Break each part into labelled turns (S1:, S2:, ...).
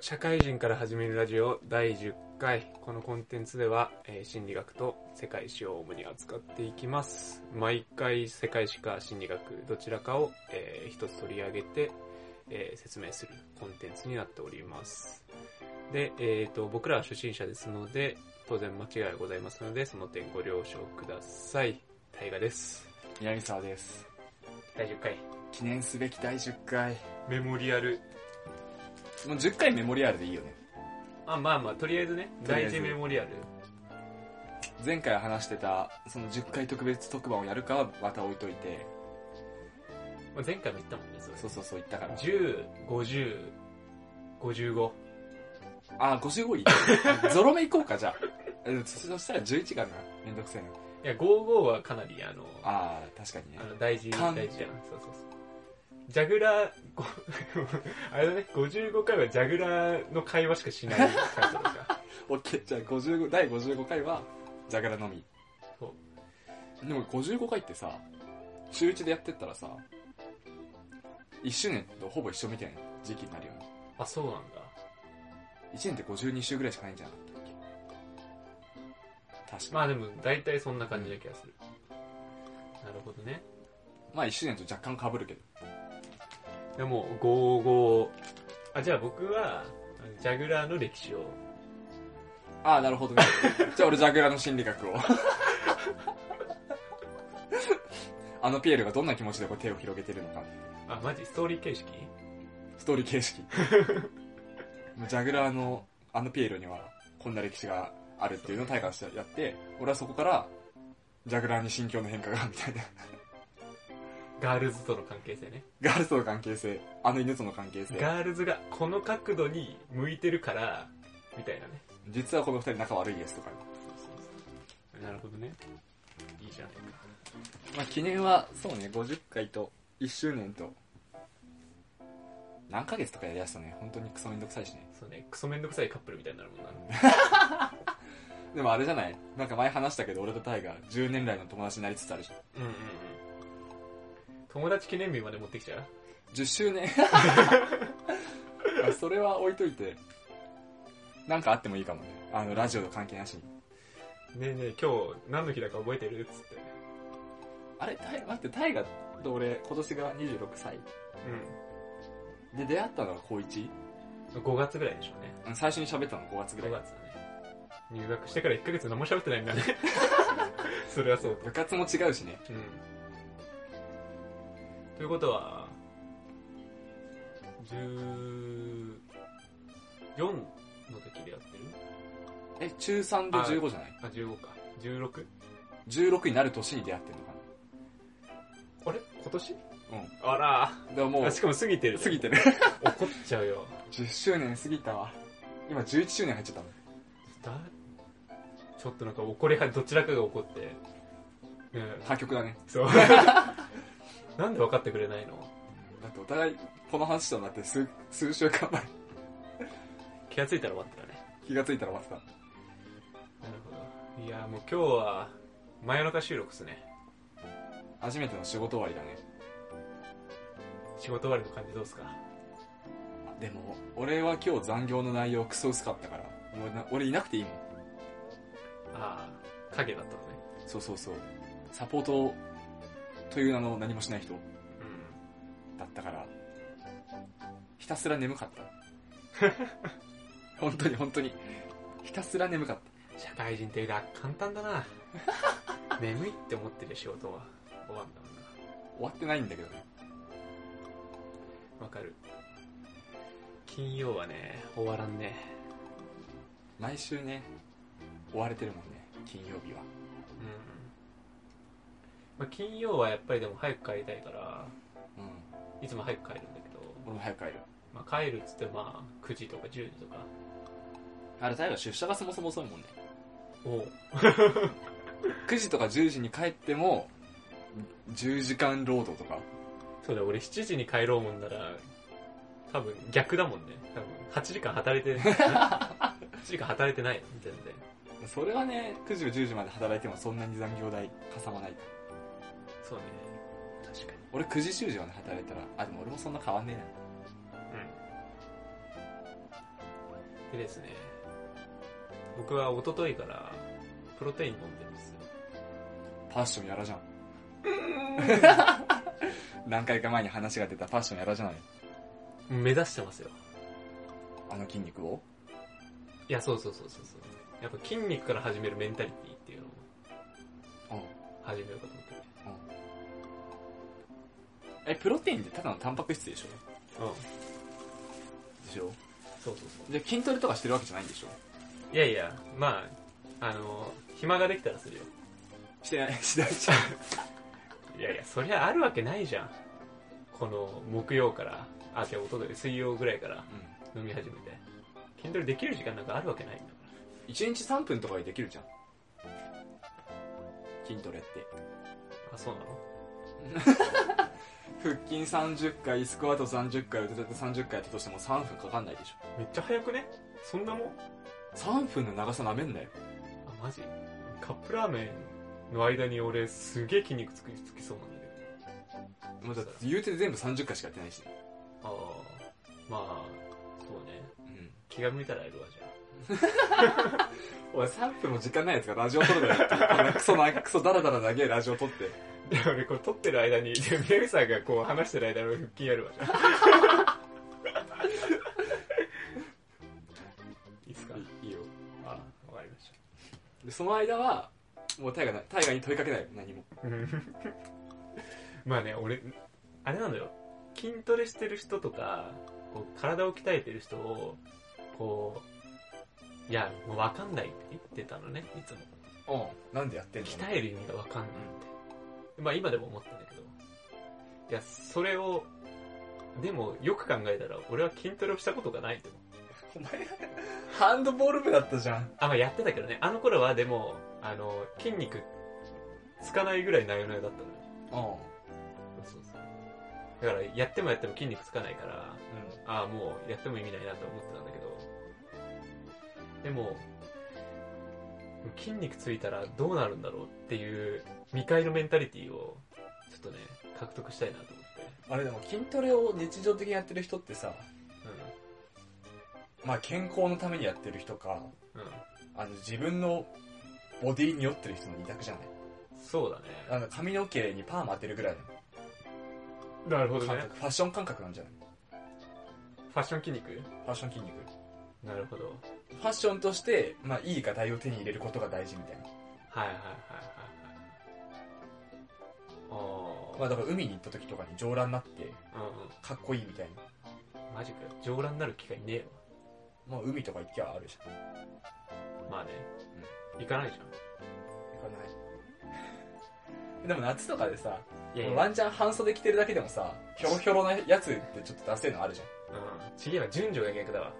S1: 社会人から始めるラジオ第10回このコンテンツでは、えー心理学と世界史を主に扱っていきます毎回世界史か心理学どちらかを、えー一つ取り上げて、えー説明するコンテンツになっておりますで、えー、と僕らは初心者ですので当然間違いはございますのでその点ご了承ください大河です
S2: 柳沢です
S1: 第10回
S2: 記念すべき第10回
S1: メモリアル
S2: もう10回メモリアルでいいよね
S1: あまあまあとりあえずね
S2: と
S1: 第
S2: りあえず
S1: 一メモリアル
S2: 前回話してたその10回特別特番をやるかはまた置いといて
S1: まあ前回も言ったもんねそれ
S2: そうそうそう言ったから
S1: 105055
S2: あ55いい ゾロ目いこうかじゃあうんそそしたら11かなめんどくせえない
S1: や55はかなりあのあ
S2: ああ確かにね
S1: の大事
S2: か
S1: 大
S2: ん
S1: 事じゃんそうそうそうジャグラーご あれだね55回はジャグラーの会話しかしない回と か
S2: OK じゃあ55第55回はジャガラのみ
S1: そ
S2: でも55回ってさ週1でやってったらさ1周年とほぼ一緒みたいな時期になるよね
S1: あそうなんだ
S2: 1年って52週ぐらいしかないんじゃなかったっけ確かに
S1: まあでも大体そんな感じな気がする、なるほどね
S2: まあ1周年と若干被るけど
S1: でも55あじゃあ僕はジャグラーの歴史を
S2: ああなるほどね じゃあ俺ジャグラーの心理学を あのピエールがどんな気持ちでこう手を広げてるのか
S1: あマジストーリー形式
S2: ストーリー形 式ジャグラーのあのピエールにはこんな歴史があるっていうのを体感してやって俺はそこからジャグラーに心境の変化がみたいな
S1: ガールズとの関係性ね
S2: ガールズとの関係性あの犬との関係性
S1: ガールズがこの角度に向いてるから、みたいなね。
S2: 実はこの二人仲悪いですとか、
S1: なるほどね。いいじゃないか。
S2: まあ、記念はそうね50回と1周年と何ヶ月とかやりだすとね本当にクソめんどくさいしね
S1: そうね、クソめんどくさいカップルみたいになるもんな。
S2: でもあれじゃないなんか前話したけど俺とタイが10年来の友達になりつつあるじゃん
S1: うんうんうん。友達記念日まで持ってきちゃう
S2: 10周年 それは置いといてなんかあってもいいかもねあのラジオと関係なしに
S1: ねえねえ、今日何の日だか覚えてるつって。
S2: あれタイ待ってタイガと俺今年が26歳で出会ったのが高 1?
S1: うん。5月ぐらいでしょうね。
S2: 最初に喋ったの5月ぐら
S1: 5
S2: い
S1: 月だね。入学してから1ヶ月何も喋ってないんだ ね。それはそう。
S2: 部活も違うしね
S1: うん。ということは、14の時でやってる
S2: え中3で15じゃない
S1: あ、15か。16?
S2: 16になる年に出会ってるのか
S1: あれ今年
S2: な
S1: あら
S2: うんでもも
S1: あ
S2: う
S1: しかも過ぎてる。
S2: 過ぎてる
S1: 怒っちゃうよ。
S2: 10周年過ぎたわ今11周年入っちゃったの
S1: だちょっとなんか怒りは、どちらかが怒って。うん。
S2: 破局だね
S1: そう。 なんで分かってくれないの
S2: だってお互いこの話したのだって数数週間前
S1: 気がついたら終わってたね。
S2: 気がついたら終わって
S1: なるほど。いや、もう今日は、真夜中収録っすね。
S2: た初めての仕事終わりだね
S1: 仕事終わりの感じどうっすか
S2: あでも俺は今日残業の内容クソ薄かったからもうな俺いなくていいもん
S1: ああ、影だったのね。
S2: そうそうそうサポートという名の何もしない人だったからひたすら眠かった本当に本当にひたすら眠かった
S1: うん。社会人って楽簡単だ な。眠いって思ってる仕事は終わんだもんな。
S2: 終わってないんだけどね
S1: わかる。金曜はね、終わらんね。
S2: 毎週ね追われてるもんね金曜日は
S1: うん。まあ、金曜はやっぱりでも早く帰りたいから、
S2: うん
S1: いつも早く帰るんだけど、
S2: 俺も早く帰る
S1: まあ、帰るっつってまあ、9時とか10時とか。
S2: あれ大河出社がそもそも遅いもんね
S1: おう
S2: 9時とか10時に帰っても10時間労働とか
S1: そうだよ、俺7時に帰ろうもんなら、多分逆だもんね。多分8時間働い て、8時間働いてない、全然。
S2: それはね9時10時まで働いてもそんなに残業代かさまない
S1: そうね。確か
S2: 俺9時10時まで働いたらあでも俺もそんな変わんねえな
S1: に。でですね、僕は一昨日からプロテイン飲んでるんですよ。
S2: パッションやら じゃん。何回か前に話が出たパッションやらじゃない。
S1: 目指してますよ。
S2: あの筋肉を
S1: いや、そうそうそうそうそう。やっぱ筋肉から始めるメンタリティっていうのを
S2: うん。
S1: 始めようかと思ってね。
S2: え、プロテインってただのタンパク質でしょ
S1: うん。
S2: でしょ
S1: そうそうそう。
S2: じゃあ筋トレとかしてるわけじゃないんでしょ
S1: いやいや、まあ、あの、暇ができたらするよ。
S2: してない、してないしてない
S1: いやいや、そりゃあるわけないじゃん。この木曜から、あ、違う、おととい、水曜ぐらいから飲み始めて。筋トレできる時間なんかあるわけないんだか
S2: うん。1日3分とかでできるじゃん。筋トレって。
S1: ら。あ、そうなの
S2: 腹筋30回、スクワート30回、腕立て30回やったとしても3分かかんないでしょ。
S1: めっちゃ早くねそんなもんあ、
S2: 3分の長さなめんなよ。
S1: マジカップラーメンの間に俺すげえ筋肉つきつきそうなんだけど。
S2: もうだって言うて全部30回しかやってないしね。
S1: ああ、まあ、そうね。
S2: うん。
S1: 気が向いたらやるわ、じゃあ。
S2: 俺3分も時間ないやつがラジオ撮るだよって。こんなクソな、クソダラダラだけラジオ撮って。
S1: で、俺これ撮ってる間に、で、みなみさんがこう話してる間に俺腹筋やるわ、じゃあ。 いいっすか
S2: いいいよ。
S1: あ、わかりまし
S2: で、その間は、もう大河、大河に問いかけないよ、何も。
S1: たうん。 まあね、俺、あれなのよ。筋トレしてる人とか、こう体を鍛えてる人を、こう、いや、もうわかんないって言ってたのね、いつも。
S2: うん。なんでやってんの
S1: 鍛える意味がわかんないって。まあ今でも思ってんだけど。いや、それを、でもよく考えたら俺は筋トレをしたことがないと思う。
S2: お前、ハンドボール部だったじゃん。
S1: あ、まあやってたけどね。あの頃はでも、あの、筋肉つかないぐらいなよなよだったのよ。
S2: うん。うん。
S1: そうそう。だからやってもやっても筋肉つかないから、ああ、もうやっても意味ないなと思ってたんだけど。でも、筋肉ついたらどうなるんだろうっていう未開のメンタリティをちょっとね、獲得したいなと思って。
S2: あれでも筋トレを日常的にやってる人ってさ、
S1: う
S2: まあ健康のためにやってる人か、
S1: ん。うん。
S2: あの自分のボディに酔ってる人の二択じゃない
S1: そうだ
S2: あ
S1: ね。
S2: の髪の毛にパーマ当てるぐらい
S1: なるほ
S2: の
S1: ど
S2: 感
S1: ね
S2: 覚、。ファッション感覚なんじゃない
S1: ファッション筋肉
S2: ファッション筋肉。
S1: なるほど。
S2: ファッションとして、まあいい課題を手に入れることが大事みたいな。
S1: はいはいはいはいはい。ああ。
S2: まあだから海に行った時とかに上覧になって、
S1: う
S2: かっこいいみたいな。
S1: んうん。マジかよ。上覧になる機会ねえ
S2: まあ海とか行きゃあるじゃん。行
S1: わ。まあね。行かないじ
S2: かない。でも夏とかでさ、
S1: ゃん。いやいや。
S2: ワンチャン半袖着てるだけでもさ、ひょろひょろなやつってちょっとダセえのあるじゃん。
S1: うん。次は順序が逆だわ。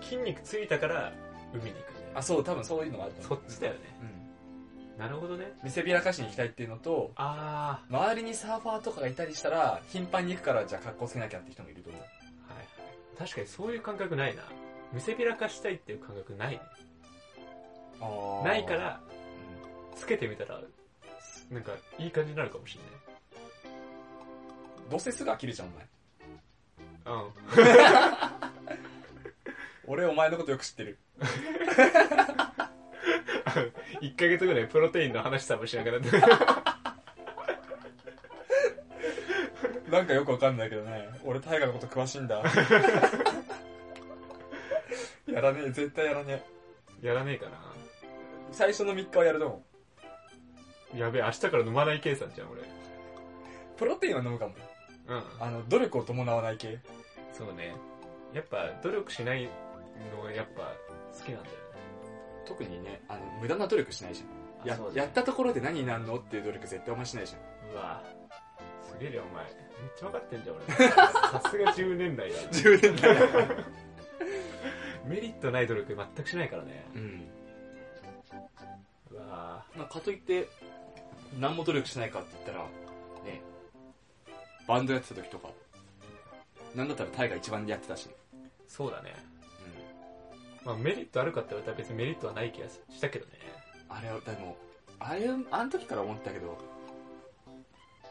S1: 筋肉ついたから海に行くんだよ。
S2: あ、そう、多分そういうのがあると
S1: そ
S2: 思う
S1: っ。ちだよね。
S2: うん。
S1: なるほどね。
S2: 見せびらかしに行きたいっていうのと、
S1: あ
S2: 周りにサーファーとかがいたりしたら、頻繁に行くから、じゃあ格好つけなきゃって人もいると思う。
S1: あ。はいはい。確かにそういう感覚ないな。見せびらかしたいっていう感覚ないね。ないか、ら、つけてみたら、すなんか、いい感じになるかもしれ
S2: どうせすぐ飽きるじゃん、お前。
S1: ない。うん。
S2: 俺、お前のことよく知ってる。
S1: 1ヶ月ぐらいプロテインの話多分しなくなった。
S2: なんかよくわかんないけどね、俺、大河のこと詳しいんだ。 やらねえ、絶対やらねえ。
S1: やらねえか
S2: 最初の3日はやると思う。
S1: な。やべえ、明日から飲まない計算じゃん、俺。
S2: プロテインは飲むかも。
S1: うん。
S2: あの、努力を伴わない系。
S1: そうね。やっぱ、努力しないのがやっぱ好きなんだよね。
S2: 特にね、あの、無駄な努力しないじ
S1: あ
S2: ゃん。や
S1: そうだね
S2: やったところで何になるのっていう努力絶対お前しないじゃん。
S1: うわすげえよ、お前。めっちゃ分かってんじゃん、 俺。さすが10年来だ。
S2: 10年だよ。
S1: メリットない努力全くしないからね。
S2: うん。
S1: うわ
S2: まあ、かといって、何も努力しないかって言ったら、ね、バンドやってた時とか、なんだったらタイが一番やってたし、
S1: そうだね。まあ、メリットあるかって言われたら別にメリットはない気がしたけどね。
S2: あれは、でも、あれ、あの時から思ったけど、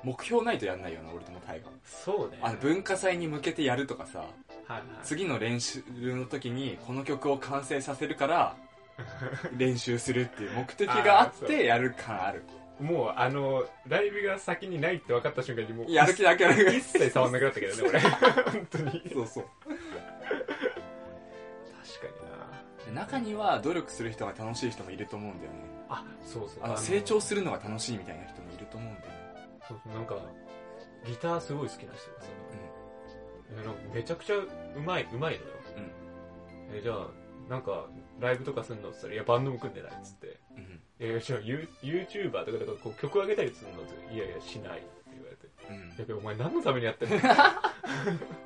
S2: 目標ないとやんないよな俺とも大河
S1: そうね
S2: あの文化祭に向けてやるとかさ
S1: はいはい
S2: 次の練習の時にこの曲を完成させるから 練習するっていう目的があっ
S1: あーそう
S2: てやる感ある
S1: もうあのライブが先にないって分かった瞬間にもう
S2: やる気だけあ る
S1: 一切触んなくなったけどね俺本当に確
S2: そうそう
S1: かにな
S2: で中には努力する人が楽しい人もいると思うんだよね
S1: あそうそう
S2: あの成長するのが楽しいみたいな人もいると思うんだよね
S1: そうそうなんかギターすごい好きな人がさ、いやなんかめちゃくちゃうまいうまいのよえじゃあなんかライブとかすんのっつったら「いやバンドも組んでない」っつって
S2: うんうん
S1: 「いやいやじゃあユー YouTuber とかだからこう曲上げたりするの?」って言って「いやいやしない」って言われて「
S2: うん
S1: いやいやお前何のためにやってんの?」
S2: だか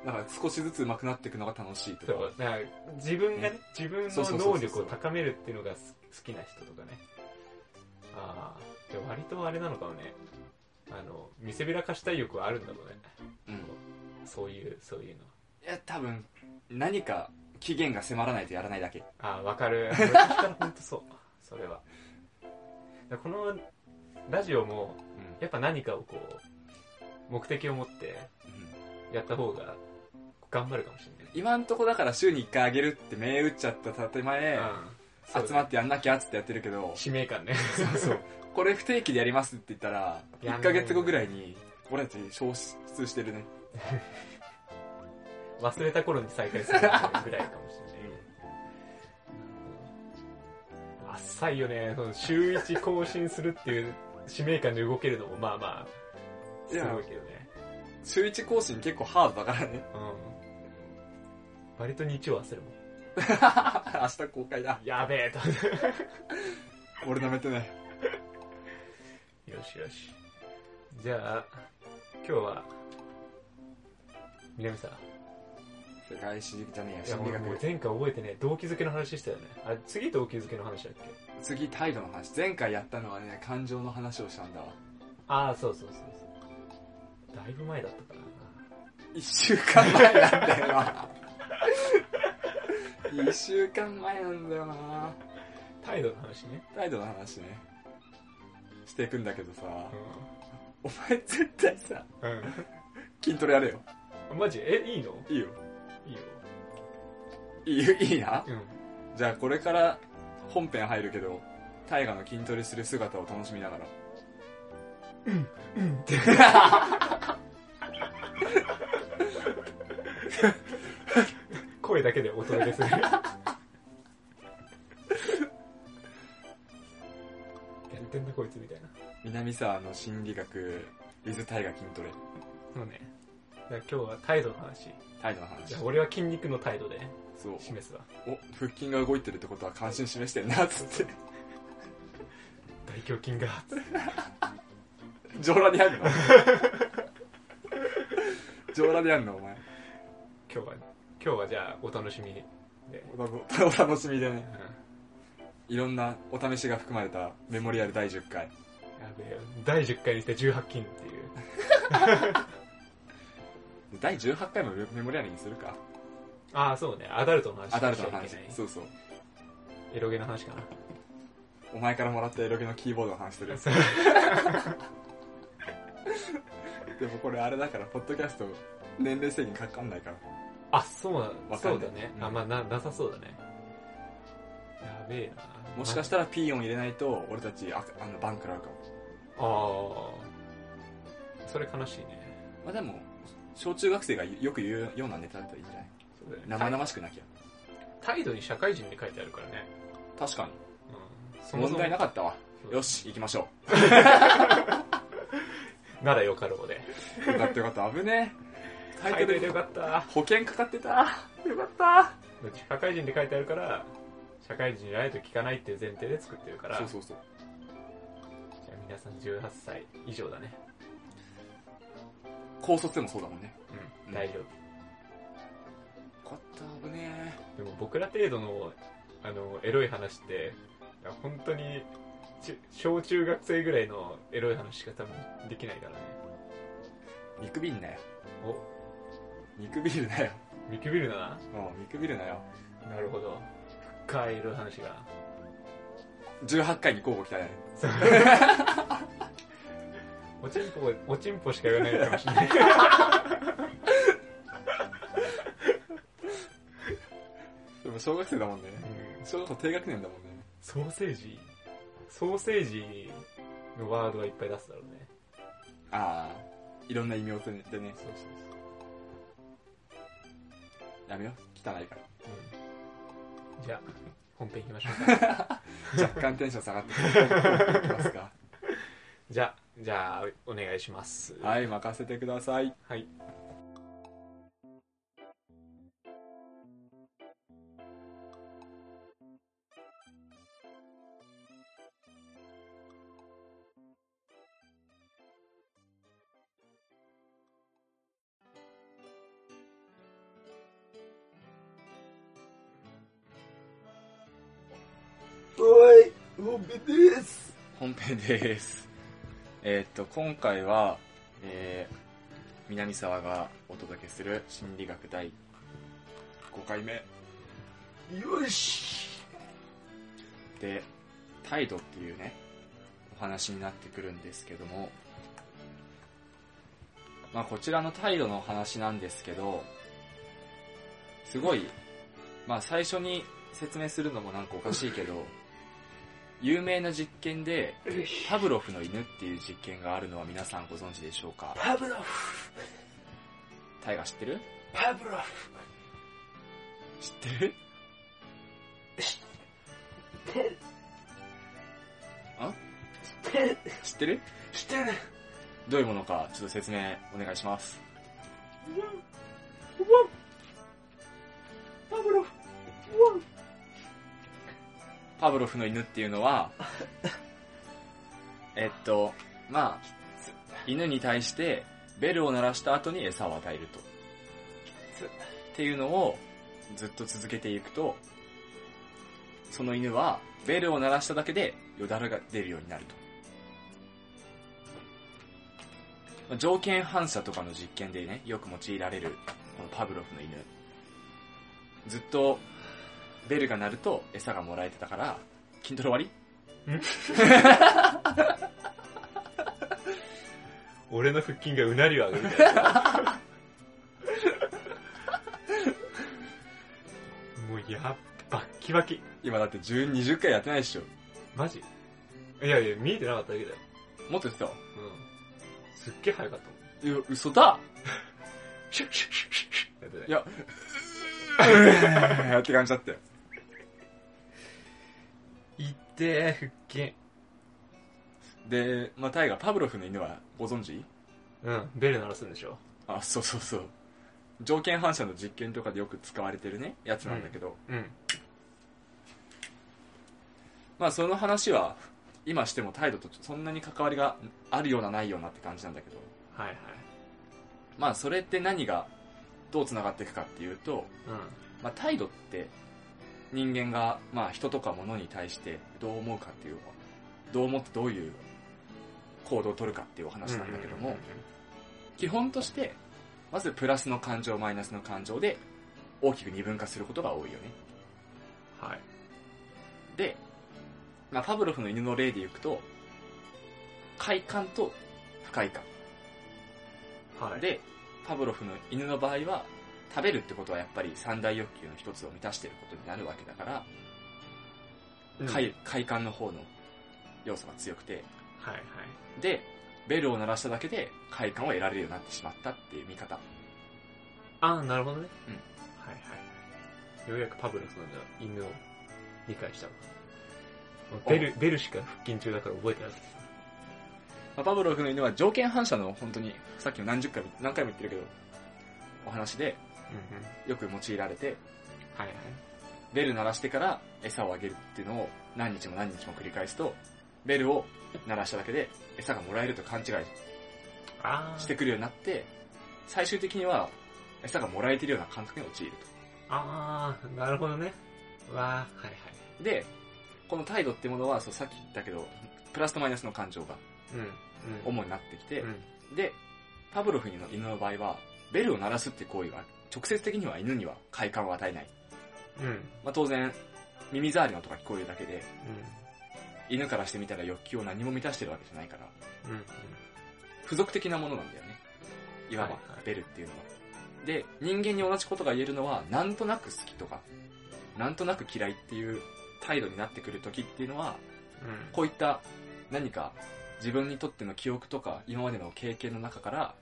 S2: ら少しずつ上手くなっていくのが楽しいとか
S1: そうだから自分がね自分
S2: そうそ
S1: の
S2: うそうそう
S1: 能力を高めるっていうのがす好きな人とかねああで割とあれなのかもねあの見せびらかしたい欲はあるんだろうね
S2: うんい
S1: そういうそういうの
S2: や多分何か期限が迫らないとやらないだけ
S1: ああわかる俺から本当そうそれはだからこのラジオも
S2: う
S1: やっぱ何かをこう目的を持って
S2: ん、うん
S1: やった方が頑張るかもしれない
S2: 今んとこだから週に1回あげるって銘打っちゃった建前、
S1: うんそうね
S2: 集まってやんなきゃっつってやってるけど
S1: 使命感ね
S2: そうそうこれ不定期でやりますって言ったら
S1: やんない
S2: 1ヶ月後ぐらいに俺たち消失してるね
S1: 忘れた頃に再開するぐらいかもしれない。浅いよね、その週一更新するっていう使命感で動けるのもまあまあ、
S2: い
S1: す
S2: や
S1: ごいけどね。
S2: 週1更新結構ハードだからね
S1: うん。割と日曜焦るもん。
S2: 明日公開だ
S1: やべえと。
S2: 俺舐めてない
S1: よしよし。じゃあ、今日は、南さん。
S2: 世界史じゃね
S1: い
S2: え
S1: や、
S2: や心理
S1: 俺もう
S2: 学
S1: 前回覚えてね、動機づけの話したよね。あれ、次動機づけの話だっけ
S2: 次態度の話前回やったのはね感情の話をしたんだわ
S1: ああ、そうそうそうそう。だいぶ前だったかな。
S2: 1週間前なんだよな1週間前なんだよな
S1: 態度の話ね。
S2: 態度の話ねしていくんだけどさ、お前絶対さ
S1: う
S2: 筋トレやれよ
S1: ん。 マジえ、いいの
S2: いいよ
S1: いいよ。
S2: いいよいいな
S1: うん。
S2: じゃあこれから本編入るけど大河の筋トレする姿を楽しみながら
S1: 声だけでお届けす る。やってんだこいつみたいな。
S2: 南沢の心理学伊豆大河筋トレ
S1: そうね。じゃあ今日は態度の話。
S2: 態度の
S1: じ
S2: 話
S1: ゃあ俺は筋肉の態度で
S2: そう
S1: 示すわ。
S2: お腹筋が動いてるってことは関心示してるなっつ って
S1: 大胸筋が。
S2: 上裸でやるの上裸でやるのお前
S1: 今日は、今日はじゃあお楽しみで。
S2: お楽お楽しみでね
S1: うん。
S2: いろんなお試しが含まれたメモリアル第10回
S1: やべえよ。第10回にして18筋っていう。
S2: 第18回もメメモリアルにするか
S1: ああ、そうね。アダルトの話し
S2: ア
S1: な
S2: ダル
S1: き
S2: ト
S1: ゃい
S2: の
S1: けない。
S2: 話そうそう
S1: エロゲの話 かな。
S2: お前からもらったエロゲのキーボードの話する
S1: そう
S2: でもこれあれだからポッドキャスト年齢制限かかんないから
S1: あ、そうな
S2: わか
S1: そ
S2: んない
S1: だ
S2: う
S1: ね。
S2: うん
S1: あ、まあ、な、なさそうだね。やべえな。
S2: もしか
S1: し
S2: したらピー音入れないと俺たちああのバン食らうかも、
S1: ああー。それ悲しいね。
S2: まあ、でも小中学生がよく言うようなネタだったらいいんじゃない
S1: そうだよね
S2: 生々しくなきゃ
S1: 態度に社会人って書いてあるからね。
S2: 確かに
S1: うん。そもそ
S2: 問
S1: も
S2: 題なかったわ
S1: そう
S2: よし行きましょ
S1: ならよかろうで。
S2: うよかったよかった危ねえタイ
S1: 態
S2: ト
S1: 度で
S2: ル
S1: よかった。
S2: 保険かかってたよかった
S1: 社会人って書いてあるから、社会人じゃないと聞かないっていう前提で作ってるから、
S2: そうそうそう
S1: じゃあ皆さん18歳以上だね。
S2: 高卒でもそうだもんね
S1: う。
S2: うんん
S1: 大丈夫。
S2: よかった危ね
S1: でも僕ら程度の、あの、エロい話って、いや本当に、ち小中学生ぐらいのエロい話しか多分できないからね。
S2: え見くびんなよ
S1: お、
S2: 見くびるなよ
S1: 見くびるな。
S2: うん見くびるなよ
S1: なるほど。深いエロい話 が。
S2: 18回に交互期待だね
S1: おちんぽ、おちんぽしか言わないかもしれない。
S2: でも小学生だもんね。
S1: うん
S2: 小学校低学年だもんね。
S1: ソーセージソーセージのワードはいっぱい出すだろうね。
S2: ああ、いろんな異名でね。
S1: そうそう
S2: やめよう。汚いか
S1: そう。うん、じゃあ、本編行きましょ うか。
S2: ら。若干テンション下がってくる。いきますか。
S1: じゃあ、じゃあ、お願いします。
S2: はい、任せてください。
S1: はい。
S2: はい、本編です。本編です。 えーっと、今回は、えー、南沢がお届けする心理学第5回目。よしで、態度っていうね、お話になってくるんですけども、まあこちらの態度のお話なんですけど、すごい、まあ最初に説明するのもなんかおかしいけど、有名な実験で、パブロフの犬っていう実験があるのは皆さんご存知でしょうか
S1: パブロフ
S2: タイガー知ってる
S1: パブロフ
S2: 知ってる
S1: 知ってる
S2: 知ってる
S1: 知ってる
S2: どういうものか、ちょっと説明お願いします。
S1: パブロフ
S2: パブロフの犬っていうのは、えっと、まあ、犬に対してベルを鳴らした後に餌を与えると。っていうのをずっと続けていくと、その犬はベルを鳴らしただけでよだれが出るようになると。まあ条件反射とかの実験でね、よく用いられるこのパブロフの犬。ずっとベルが鳴ると餌がもらえてたから、筋トレ終わり
S1: 俺の腹筋がうなりを上 げるみたいな。もうやっばっきばき。
S2: 今だって10、20回やってないでしょ。
S1: マジいやいや、見えてなかっただけだよ。
S2: もっと言ってたわ
S1: うん。すっげえ早かったもん。
S2: いや、嘘だ
S1: シュッシュッシュッシュッシュッやってね
S2: いや、うーって感じだったよ。
S1: いってー、腹筋。
S2: で、まあ、タイガー、パブロフの犬はご存知
S1: うん、ベル鳴らすんでしょ。
S2: あ、そうそうそう。条件反射の実験とかでよく使われてるね、やつなんだけど。
S1: うん。
S2: まあ、その話は、今しても態度とそんなに関わりがあるようなないようなって感じなんだけど。
S1: はいはい。
S2: まあ、それって何が、どう繋がっていくかっていうと、
S1: う
S2: まあ、態度って人間が、まあ、人とか物に対してどう思うかっていうどう思ってどういう行動を取るかっていうお話
S1: ん。
S2: なんだけども、基本としてまずプラスの感情マイナスの感情で大きく二分化することが多いよね
S1: はい。
S2: で、まあ、パブロフの犬の例でいくと快感と不快感
S1: はい。、
S2: でパブロフの犬の場合は食べるってことはやっぱり三大欲求の一つを満たしていることになるわけだから、快。快感の方の要素が強くて、
S1: はいはい。
S2: で、ベルを鳴らしただけで快感を得られるようになってしまったっていう見方。
S1: あー、なるほどね。
S2: うん
S1: はいはい。ようやくパブロフの犬を理解したわ。ベル、ベルしか腹筋中だから覚えてなかっ
S2: まあパブロフの犬は条件反射の本当に、さっきの何十回も、何回も言ってるけど、お話で
S1: た。うんうん。
S2: よく用いられて、
S1: はいはい。
S2: ベル鳴らしてから餌をあげるっていうのを何日も何日も繰り返すと、ベルを鳴らしただけで餌がもらえると勘違い
S1: あー。
S2: してくるようになって、最終的には餌がもらえてるような感覚に陥ると。
S1: あー、なるほどね。わー、はいは
S2: で、この態度ってものは、そうさっき言ったけど、プラスとマイナスの感情が
S1: い。うん。
S2: 主になってきて
S1: う、ん。
S2: で、パブロフの犬の場合は、ベルを鳴らすって行為は、直接的には犬には快感を与えない。
S1: うん。うん。
S2: まあ、当然、耳障りの音が聞こえるだけで、犬からしてみたら欲求を何も満たしてるわけじゃないから、
S1: うん。うん。
S2: 付属的なものなんだよね。いわば
S1: はいはい、
S2: ベルっていうのは。で、人間に同じことが言えるのは、なんとなく好きとか、なんとなく嫌いっていう態度になってくる時っていうのは、
S1: うん
S2: こういった何か自分にとっての記憶とか今までの経験の中から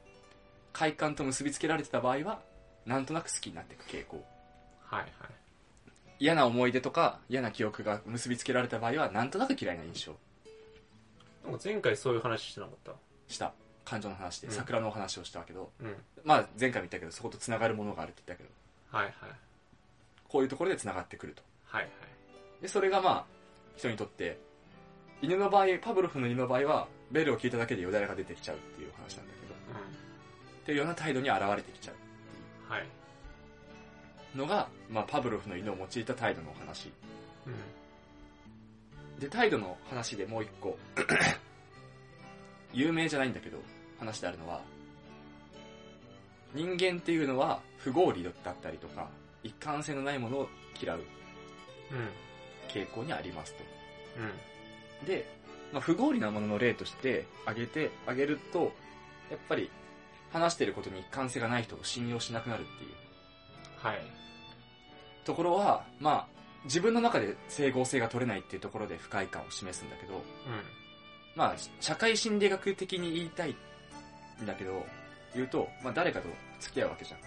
S2: 快感と結びつけられてた場合はなんとなく好きになっていく傾向
S1: はいはい。
S2: 嫌な思い出とか嫌な記憶が結びつけられた場合はなんとなく嫌いな印象
S1: なんか前回そういう話してなかった。
S2: した感情の話で
S1: うん
S2: 桜のお話をしたわけど、
S1: うん。はい
S2: まあ前回も言ったけどそことつながるものがあるって言ったけど
S1: はい。
S2: こういうところでつながってくると
S1: はいはい。
S2: でそれがまあ人にとって犬の場合パブロフの犬の場合はベルを聞いただけでよだれが出てきちゃうっていう話なんだけど
S1: う。
S2: っていうような態度に現れてきちゃうん
S1: はい。
S2: のが、まあ、パブロフの犬を用いた態度のお話。
S1: うん。
S2: で、態度の話でもう一個、 有名じゃないんだけど、話であるのは、人間っていうのは不合理だったりとか、一貫性のないものを嫌う
S1: うん。
S2: 傾向にありますと。
S1: うん。
S2: で、まあ、不合理なものの例として挙げて、挙げると、やっぱり、話してることに一貫性がない人を信用しなくなるっていう
S1: はい。
S2: ところは、まあ、自分の中で整合性が取れないっていうところで不快感を示すんだけど、まあ、し社会心理学的に言いたいんだけど、言うと、まあ誰かと付き合うわけじゃん。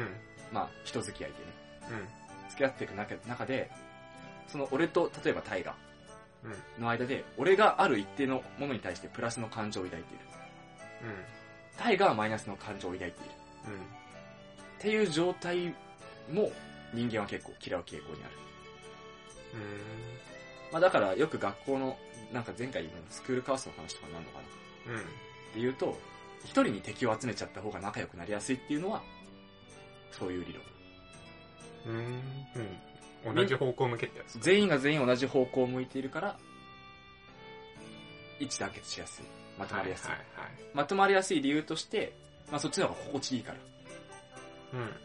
S1: うん。うん。
S2: まあ、人付き合いでね。
S1: うん。
S2: 付き合っていく中中で、その俺と、例えばタイガ
S1: うん。
S2: の間で、俺がある一定のものに対してプラスの感情を抱いている。
S1: うん。
S2: タイガはマイナスの感情を抱いている。
S1: うん。
S2: っていう状態も人間は結構嫌う傾向にある。
S1: う
S2: まあだからよく学校の、なんか前回言うのスクールカーストの話とかになるのかな
S1: ーん。うん。
S2: っていうと、一人に敵を集めちゃった方が仲良くなりやすいっていうのは、そういう理論。
S1: うーん。うん。同じ方向向けってやつ。
S2: 全員が全員同じ方向を向いているから、一致団結しやすい。まとまりやすい。
S1: はい
S2: まとまりやすい理由として、まあそっちの方が心地いいから。
S1: はいはい。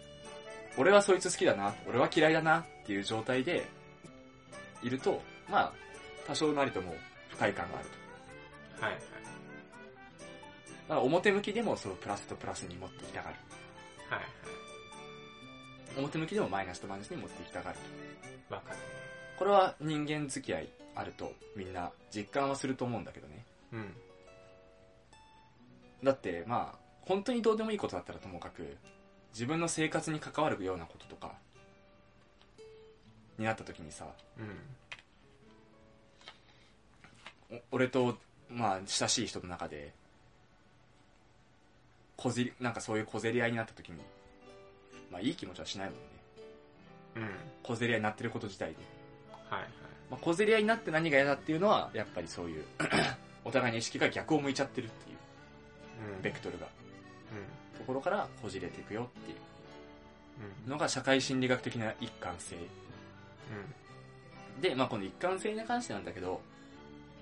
S2: 俺はそいつ好きだな、俺は嫌いだなっていう状態で、いると、まあ、多少なりとも不快感があると。
S1: うん。はいはい。
S2: だから表向きでもそのプラスとプラスに持っていきたがる。
S1: はいは
S2: 表向きでもマイナスとマイナスに持っていきたがると。
S1: い。わかる。
S2: これは人間付き合いあるとみんな実感はすると思うんだけどね。
S1: うん。
S2: だってまあ、本当にどうでもいいことだったらともかく、自分の生活に関わるようなこととか、になった時にさ、
S1: うん。
S2: お俺と、まあ、親しい人の中で、小競り、なんかそういう小競り合いになった時に、まあいい気持ちはしないもんね。
S1: うん。
S2: 小競り合いになってること自体で。
S1: はいはい。
S2: まあ小競り合いになって何が嫌だっていうのは、やっぱりそういう、お互いの意識が逆を向いちゃってるっていう、
S1: うん。
S2: ベクトルが。
S1: うん。
S2: ところからこじれていくよってい
S1: うん。
S2: うのが社会心理学的な一貫性。で、まあこの一貫性に関してなんだけど、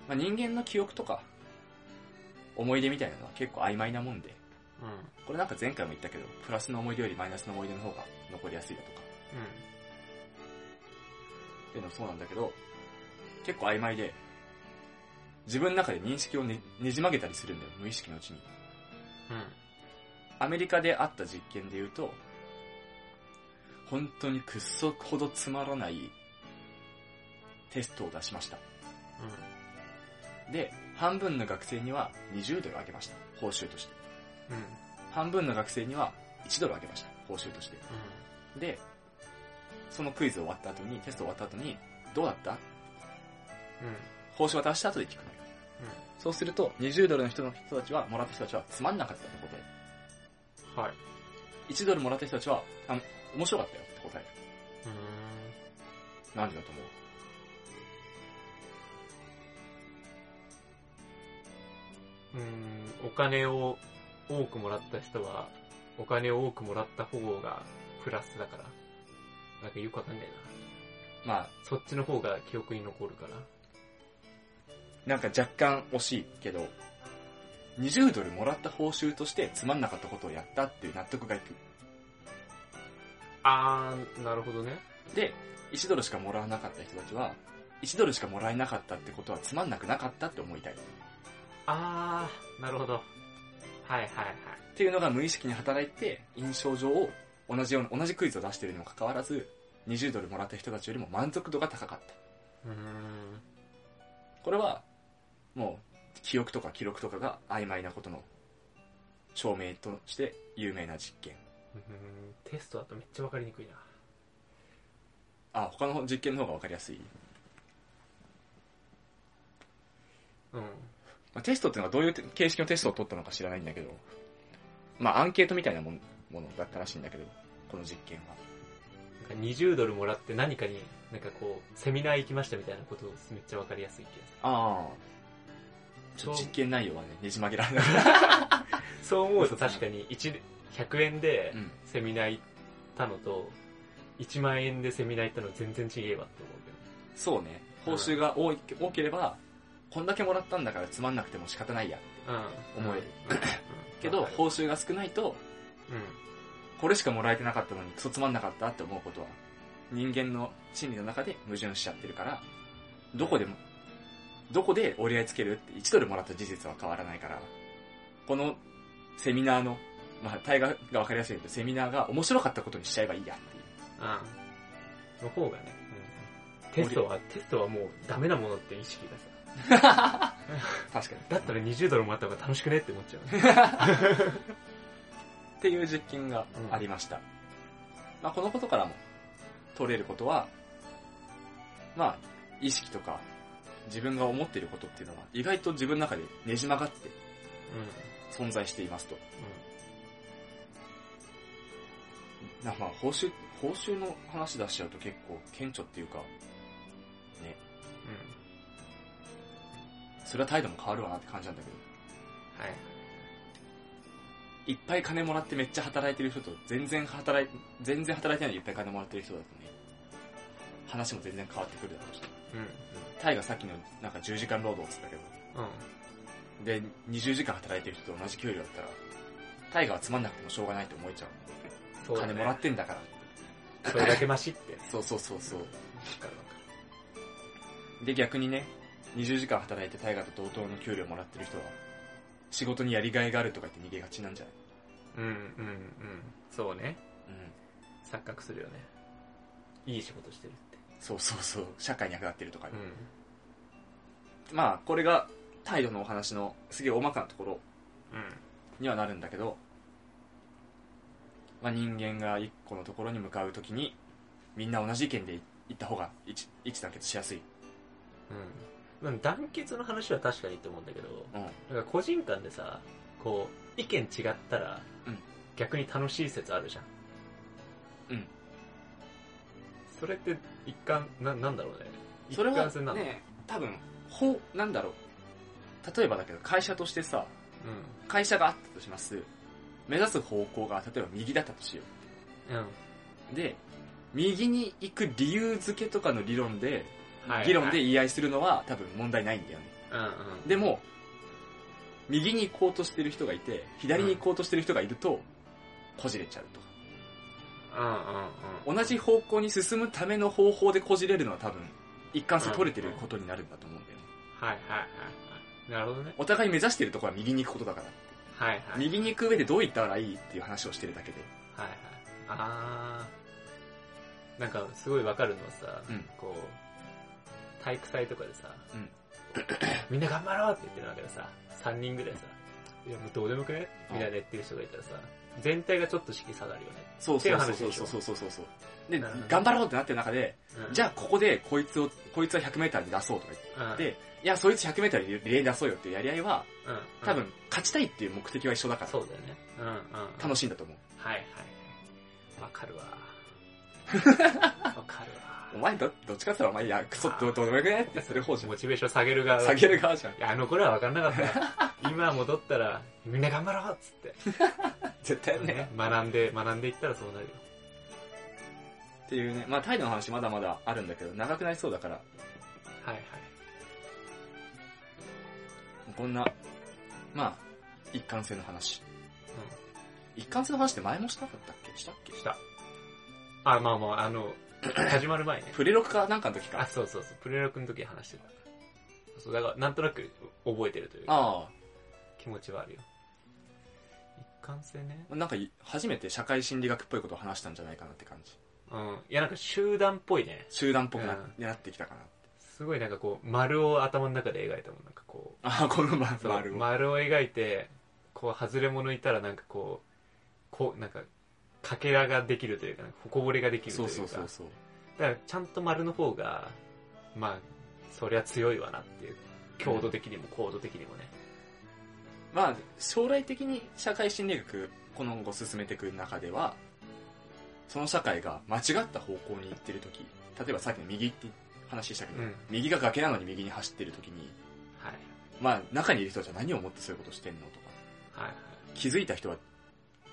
S2: まあ人間の記憶とか、思い出みたいなのは結構曖昧なもんで、
S1: うん。うん。
S2: これなんか前回も言ったけど、プラスの思い出よりマイナスの思い出の方が残りやすいだとか、っていうのもそうなんだけど、結構曖昧で、自分の中で認識をねねじ曲げたりするんだよ、無意識のうちに。
S1: うん。
S2: アメリカであった実験で言うと、本当にくっそほどつまらないテストを出しました。
S1: うん。
S2: で、半分の学生には20ドルあげました。報酬として。
S1: うん。うん。
S2: 半分の学生には1ドルあげました。報酬として。で、そのクイズ終わった後に、テスト終わった後に、どうだった
S1: うん。
S2: 報酬渡した後で聞くのよ。そうすると、20ドルの人の人たちは、もらった人たちはつまんなかったって答え
S1: うん。はい。
S2: る。1ドルもらった人たちは、あの、面白かったよって答える。
S1: うーん。
S2: なんでだと思う
S1: うーんお金を多くもらった人は、お金を多くもらった方がプラスだから。なんかよくわかんないな。
S2: まあ、
S1: そっちの方が記憶に残るから。
S2: なんか若干惜しいけど、20ドルもらった報酬としてつまんなかったことをやったっていう納得がいく。
S1: あー、なるほどね。
S2: で、1ドルしかもらわなかった人たちは、1ドルしかもらえなかったってことはつまんなくなかったって思いたい。
S1: あー、なるほど。はいはいはい。
S2: っていうのが無意識に働いて、印象上、同じような、同じクイズを出しているにもかかわらず、20ドルもらった人たちよりも満足度が高かった。
S1: うーん。
S2: これは、もう、記憶とか記録とかが曖昧なことの証明として有名な実験。
S1: うーんテストだとめっちゃわかりにくいな。
S2: あ、他の実験の方がわかりやすい。
S1: うん。
S2: まあ、テストっていうのはどういうて形式のテストを取ったのか知らないんだけど、まあアンケートみたいなもんものだったらしいんだけど、この実験は。
S1: なんか20ドルもらって何かに、なんかこう、セミナー行きましたみたいなことめっちゃわかりやすい気が
S2: ああ。ちょっと
S1: そう
S2: 実験内容はね、ねじ曲げられない。
S1: する。そう思うと確かに1、100円で
S2: うん。
S1: セミナー行ったのと、1万円でセミナー行ったの全然違えわって思うけど。
S2: そうね。報酬が多い、多ければ、こんだけもらったんだからつまんなくても仕方ないや。
S1: うん
S2: 思える
S1: うんうん
S2: けど、
S1: わかる
S2: 報酬が少ないと、
S1: う
S2: これしかもらえてなかったのにクソつまんなかったって思うことは、人間の心理の中で矛盾しちゃってるから、どこでも、どこで折り合いつけるって1ドルもらった事実は変わらないから、このセミナーの、まあ、対話がわかりやすいけど、セミナーが面白かったことにしちゃえばいいやっていう。
S1: ん。の方がね、テストは、テストはもうダメなものって意識がさ。
S2: 確かに。
S1: だったら20ドルもらった方が楽しくねって思っちゃ うね。
S2: っていう実験がありました。まあ、このことからも取れることは、まあ、意識とか自分が思っていることっていうのは意外と自分の中でねじ曲がって存在していますと。なまあ、報酬、報酬の話出しちゃうと結構顕著っていうか、ね、
S1: うん。うん。うん。
S2: それは態度も変わるわなって感じなんだけど、
S1: はい。
S2: いっぱい金もらってめっちゃ働いてる人と全然働い、全然働いてないのにいっぱい金もらってる人だとね、話も全然変わってくるだろうし。
S1: うん。
S2: タイがさっきのなんか10時間労働って言って
S1: うん。
S2: たけど、で、20時間働いてる人と同じ給料だったら、タイガはつまんなくてもしょうがないと思えちゃう。
S1: そうだね
S2: 金もらってんだから。
S1: それだけマシって。
S2: そうそうそうそう。
S1: わかるわかる
S2: で、逆にね、20時間働いてタイガと同等の給料もらってる人は、仕事にやりがいがあるとか言って逃げがちなんじゃない
S1: うんうんうん。そうね。
S2: う
S1: 錯覚するよね。いい仕事してるって。
S2: ん。そうそうそう。社会に役立ってるとか、
S1: うん。
S2: まあ、これが態度のお話のすげえ大まかなところ
S1: うん。
S2: にはなるんだけど、まあ、人間が一個のところに向かうときにみんな同じ意見で行った方が一一致団結しやすい、
S1: うん。なんか団結の話は確かにいいと思うんだけど、
S2: うん、
S1: なんか個人間でさ、こう、意見違ったら
S2: うん、
S1: 逆に楽しい説あるじゃん。
S2: うん。
S1: それって一貫、な、なんだろうね。
S2: それ
S1: 一
S2: は
S1: 貫性なの
S2: ね多分ほなんだろう例えばだけど会社としてさ会社があったとします目指す方向が例えば右だったとしよ
S1: うん。うん。
S2: うで右に行く理由付けとかの理論で、
S1: はい
S2: 議論で言い合いするのは多分問題ないんだよね
S1: うんうん。
S2: でも、右に行こうとしてる人がいて、左に行こうとしてる人がいると、こじれちゃうとか。
S1: うんうんうん。
S2: 同じ方向に進むための方法でこじれるのは多分、一貫性取れてることになるんだと思うんだよね。
S1: はいはいはいはい。なるほどね。
S2: お互い目指してるところは右に行くことだから。
S1: はいはい。
S2: 右に行く上でどう言ったらいいっていう話をしてるだけで。
S1: はいはい。あー。なんか、すごいわかるのはさ、
S2: うん
S1: こう、体育祭とかでさ、
S2: うん
S1: みんな頑張ろうって言ってる中でさ、3人ぐらいさ、いやもうどうでもよくね
S2: うん
S1: みたいな言ってる人がいたらさ、全体がちょっと士気下がるよね。
S2: そう
S1: そうそう
S2: そうそうそうそうそうそう。で、
S1: なるほど
S2: 頑張ろうってなってる中で、
S1: うん
S2: じゃあここでこいつを、こいつは100メーターで出そうとか言
S1: う
S2: って。
S1: ん、
S2: で、いや、そいつ100メーターでリレー出そうよっていうやり合いは、
S1: うん、うん
S2: 多分、勝ちたいっていう目的は一緒だから、
S1: そうだよね。うんうんうん。
S2: 楽
S1: しい。
S2: しいんだと思う。
S1: はいはいはい。わか るわ。わかる
S2: お
S1: わ。
S2: 前ど、どっちかって言ったらお前、いや、クソ、ど、どうでもよくねってする方じゃん。
S1: モチベーション下げる側
S2: 下げる側じゃん。
S1: いや、あの頃は分かんなかった。今戻ったら、みんな頑張ろうっつって。
S2: 絶対ね。
S1: 学んで、学んでいったらそうなるよ。
S2: っていうね。まあ、態度の話まだまだあるんだけど、長くなりそうだから、
S1: はいはい。
S2: こんな、まあ、一貫性の話。一貫性の話って前もしたかったっけしたっけ
S1: うん。した。あ、まあまあ、あ の、始まる前ね。
S2: プレロクかなんかの時
S1: あ、
S2: か。
S1: そうそうそう。プレロ君の時に話してた。そう、だから、なんとなく覚えてるというか
S2: ああ。
S1: 気持ちはあるよ。貫性ね。
S2: なんかい初めて社会心理学っぽいことを話したんじゃないかなって感じ
S1: うん。いや、なんか集団っぽいね。
S2: 集団っぽくな,、
S1: うん
S2: なってきたかな
S1: すごいなんかこう、丸を頭の中で描いたもん。なんかこ
S2: あこの
S1: う、
S2: ま
S1: そう
S2: 丸を
S1: 丸を描いて、こう、外れ者いたらなんかこう、こう、なんか、かけらができるというか、なんかほこぼれができるとい
S2: そうう
S1: か。
S2: そうそうそう
S1: だからちゃんと丸の方がまあそりゃ強いわなっていう強度的にも高度的にもね
S2: まあ将来的に社会心理学この後進めていく中ではその社会が間違った方向に行ってる時例えばさっきの右って話したけど、
S1: うん
S2: 右が崖なのに右に走ってる時に
S1: はい
S2: まあ中にいる人たちは何を思ってそういうことしてんのとか
S1: はいはい
S2: 気づいた人は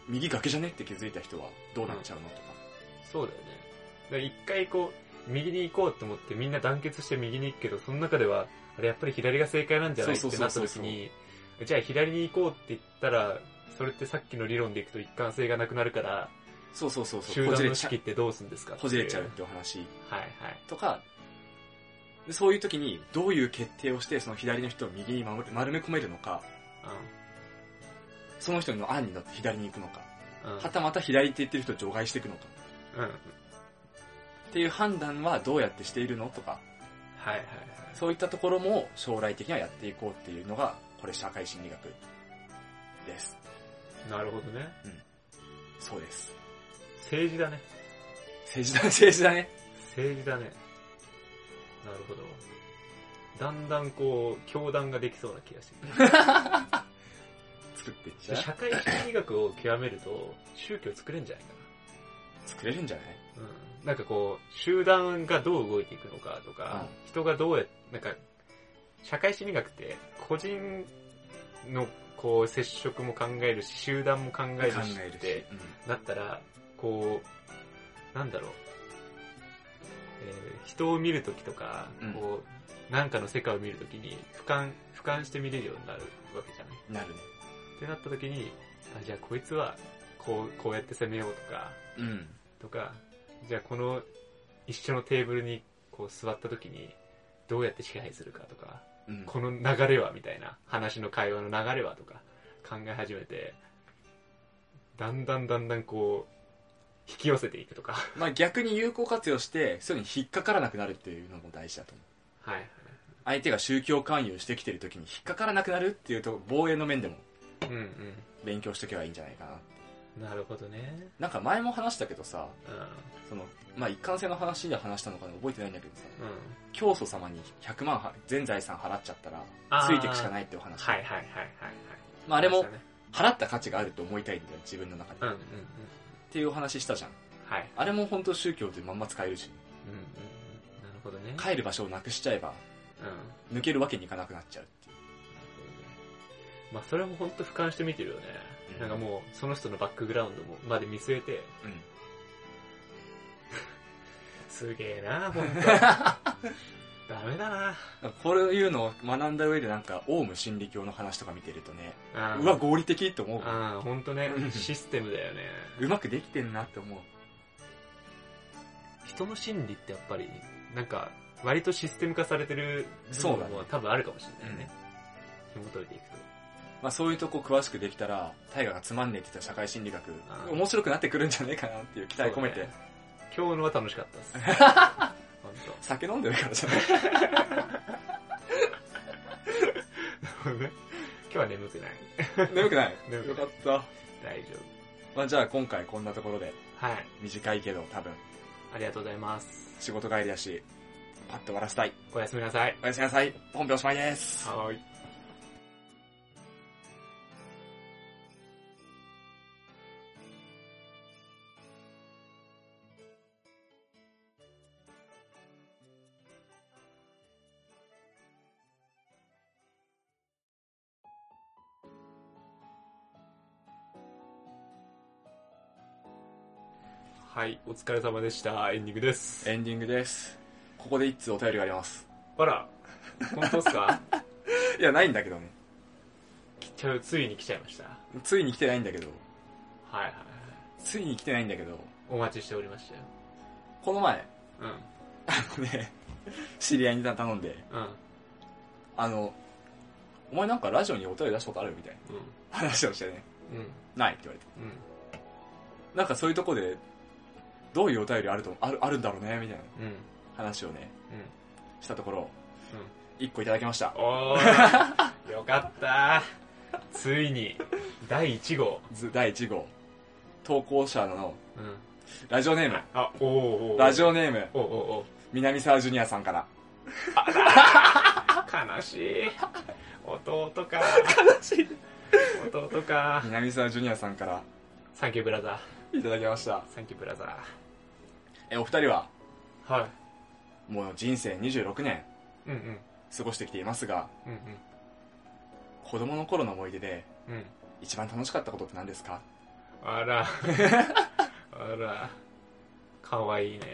S2: 右崖じゃねって気づいた人はどうなっちゃうのとか、
S1: そうだよねだから一回こう右に行こうと思ってみんな団結して右に行くけどその中ではあれやっぱり左が正解なんじゃないっ
S2: そう
S1: て
S2: そ
S1: なっ
S2: う
S1: た
S2: そうそう
S1: 時にじゃあ左に行こうって言ったらそれってさっきの理論でいくと一貫性がなくなるから
S2: そうそうそうそう
S1: 集
S2: ほ
S1: 団
S2: じ
S1: の
S2: れ
S1: 士
S2: ちゃ
S1: 気ってどうするんですかってい
S2: ほじれちゃうってお話
S1: はいはい
S2: とかでそういう時にどういう決定をしてその左の人を右に守る丸め込めるのかその人の案に乗って左に行くのか
S1: うんうん
S2: はたまた左って言ってる人を除外していくのか
S1: うんはい
S2: っていう判断はどうやってしているのとか
S1: はいはい
S2: そういったところも将来的にはやっていこうっていうのがこれ社会心理学です
S1: なるほどね
S2: そうです
S1: 政治だね
S2: 政治だ政治だね
S1: 政治だねなるほどだんだんこう教団ができそうな気がしてく
S2: 作っていっち
S1: る
S2: ゃう
S1: 社会心理学を極めると宗教作れるんじゃないか
S2: 作れるんじゃない
S1: なうんなんかこう集団がどう動いていくのかとか、人がどうやなんか社会心理学って個人のこう接触も考えるし集団も考えるし
S2: 考え
S1: っ
S2: る
S1: て
S2: し、うん
S1: なったら、こう、なんだろう、えー人を見るときとか、
S2: うん
S1: こう、なんかの世界を見るときに、俯瞰、俯瞰して見れるようになるわけじゃない。
S2: なるね。
S1: ってなったときに、あ、じゃあこいつは、こう、こうやって攻めようとか、
S2: うん。
S1: とか、じゃあこの、一緒のテーブルに、こう座ったときに、どうやって支配するかとか、
S2: うん、
S1: この流れはみたいな話の会話の流れはとか考え始めてだんだんだんだんこう引き寄せていくとか
S2: まあ逆に有効活用して、そういうのに引っかからなくなるっていうのも大事だと思 う。
S1: はい
S2: 相手が宗教勧誘してきてる時に引っかからなくなるっていうと、防衛の面でも
S1: うん
S2: 勉強しとけばいいんじゃないかな。
S1: うんなるほどね
S2: なんか前も話したけどさ、
S1: うん
S2: その、まあ一貫性の話で話したのかな覚えてないんだけどさ、
S1: うん
S2: 教祖様に100万は全財産払っちゃったら
S1: あー、
S2: ついていくしかないっていう話。
S1: はいはいはいはいはい
S2: まああれも
S1: そう、でし
S2: 払った価値があると思いたいんだよ、自分の中で。
S1: たねうんうんうん
S2: っていうお話したじゃん。
S1: はい
S2: あれも本当宗教でまんま使えるし、
S1: うんうんうんなるほどね
S2: 帰る場所をなくしちゃえば、
S1: うんなるほどね
S2: 抜けるわけにいかなくなっちゃうっていう。
S1: まあそれも本当俯瞰して見てるよね、
S2: うん
S1: なんかもうその人のバックグラウンドもまで見据えて
S2: うん
S1: すげえな本 当ダメだな
S2: こういうのを学んだ上でなんか、オウム真理教の話とか見てるとね、
S1: あー
S2: うわ、合理的って思う。
S1: ああ、ほんとね
S2: う、ん
S1: システムだよね。
S2: うまくできてんなって思う。
S1: 人の心理ってやっぱり、なんか、割とシステム化されてる部
S2: そうだ
S1: 分
S2: ね
S1: も多分あるかもしれないね。紐解いていくと。
S2: まあそういうとこ詳しくできたら、大河がつまんねえって言った社会心理学
S1: あ、ー
S2: 面白くなってくるんじゃねえかなっていう期待込めて、
S1: そうだね今日のは楽しか ったっす。ほんと
S2: 酒飲んでるからじゃない
S1: 今日は眠くない。
S2: 眠くない
S1: 眠く
S2: よ
S1: ない
S2: かった。
S1: 大丈
S2: まあじゃあ今回こんなところで、
S1: 夫。はい。
S2: 短いけど多分、
S1: ありがとうございます。
S2: 仕事帰りだし、パッと終わらせたい。
S1: おやすみなさい。
S2: おやすみなさい。本編おしまいです。
S1: はーい。はい、お疲れ様でした。エンディングです。
S2: エンディングです。ここで一通お便りがあります。
S1: あら、本当っすか
S2: いや、ないんだけどね。
S1: 来ちゃう、ついに来ちゃいました。
S2: ついに来てないんだけど、
S1: はいはいはい。
S2: ついに来てないんだけど、
S1: お待ちしておりましたよ。
S2: この前、
S1: うん。
S2: あのね、知り合いに頼んで、
S1: うん。
S2: あの、お前なんかラジオにお便り出したことあるみたいな
S1: うん。
S2: 話をしてね。
S1: うん。
S2: ないって言われて。
S1: うん。
S2: なんかそういうとこで、どういうお便りあると、ある、あるんだろうね、みたいな
S1: うん。
S2: 話をね、したところ、1個いただきました。
S1: うん。おー。よかったついに、第1号。
S2: ず第1号。投稿者の、
S1: うん。
S2: ラジオネーム。
S1: あ、おーおー。
S2: ラジ
S1: オ。
S2: オネーム、
S1: おーおー
S2: 南沢ジュニアさんから。
S1: おー。悲しい。弟か。弟か。
S2: 南沢ジュニアさんから
S1: サンキューブラザー。
S2: いただきました。
S1: サンキューブラザ
S2: え、お二人は、
S1: ー。はい。
S2: もう人生26年
S1: うんうん。
S2: 過ごしてきていますが、
S1: うん
S2: 子供の頃の思い出で、
S1: うん。うん。
S2: 一番楽しかったことって何ですか
S1: あ ら。あら。かわいいね。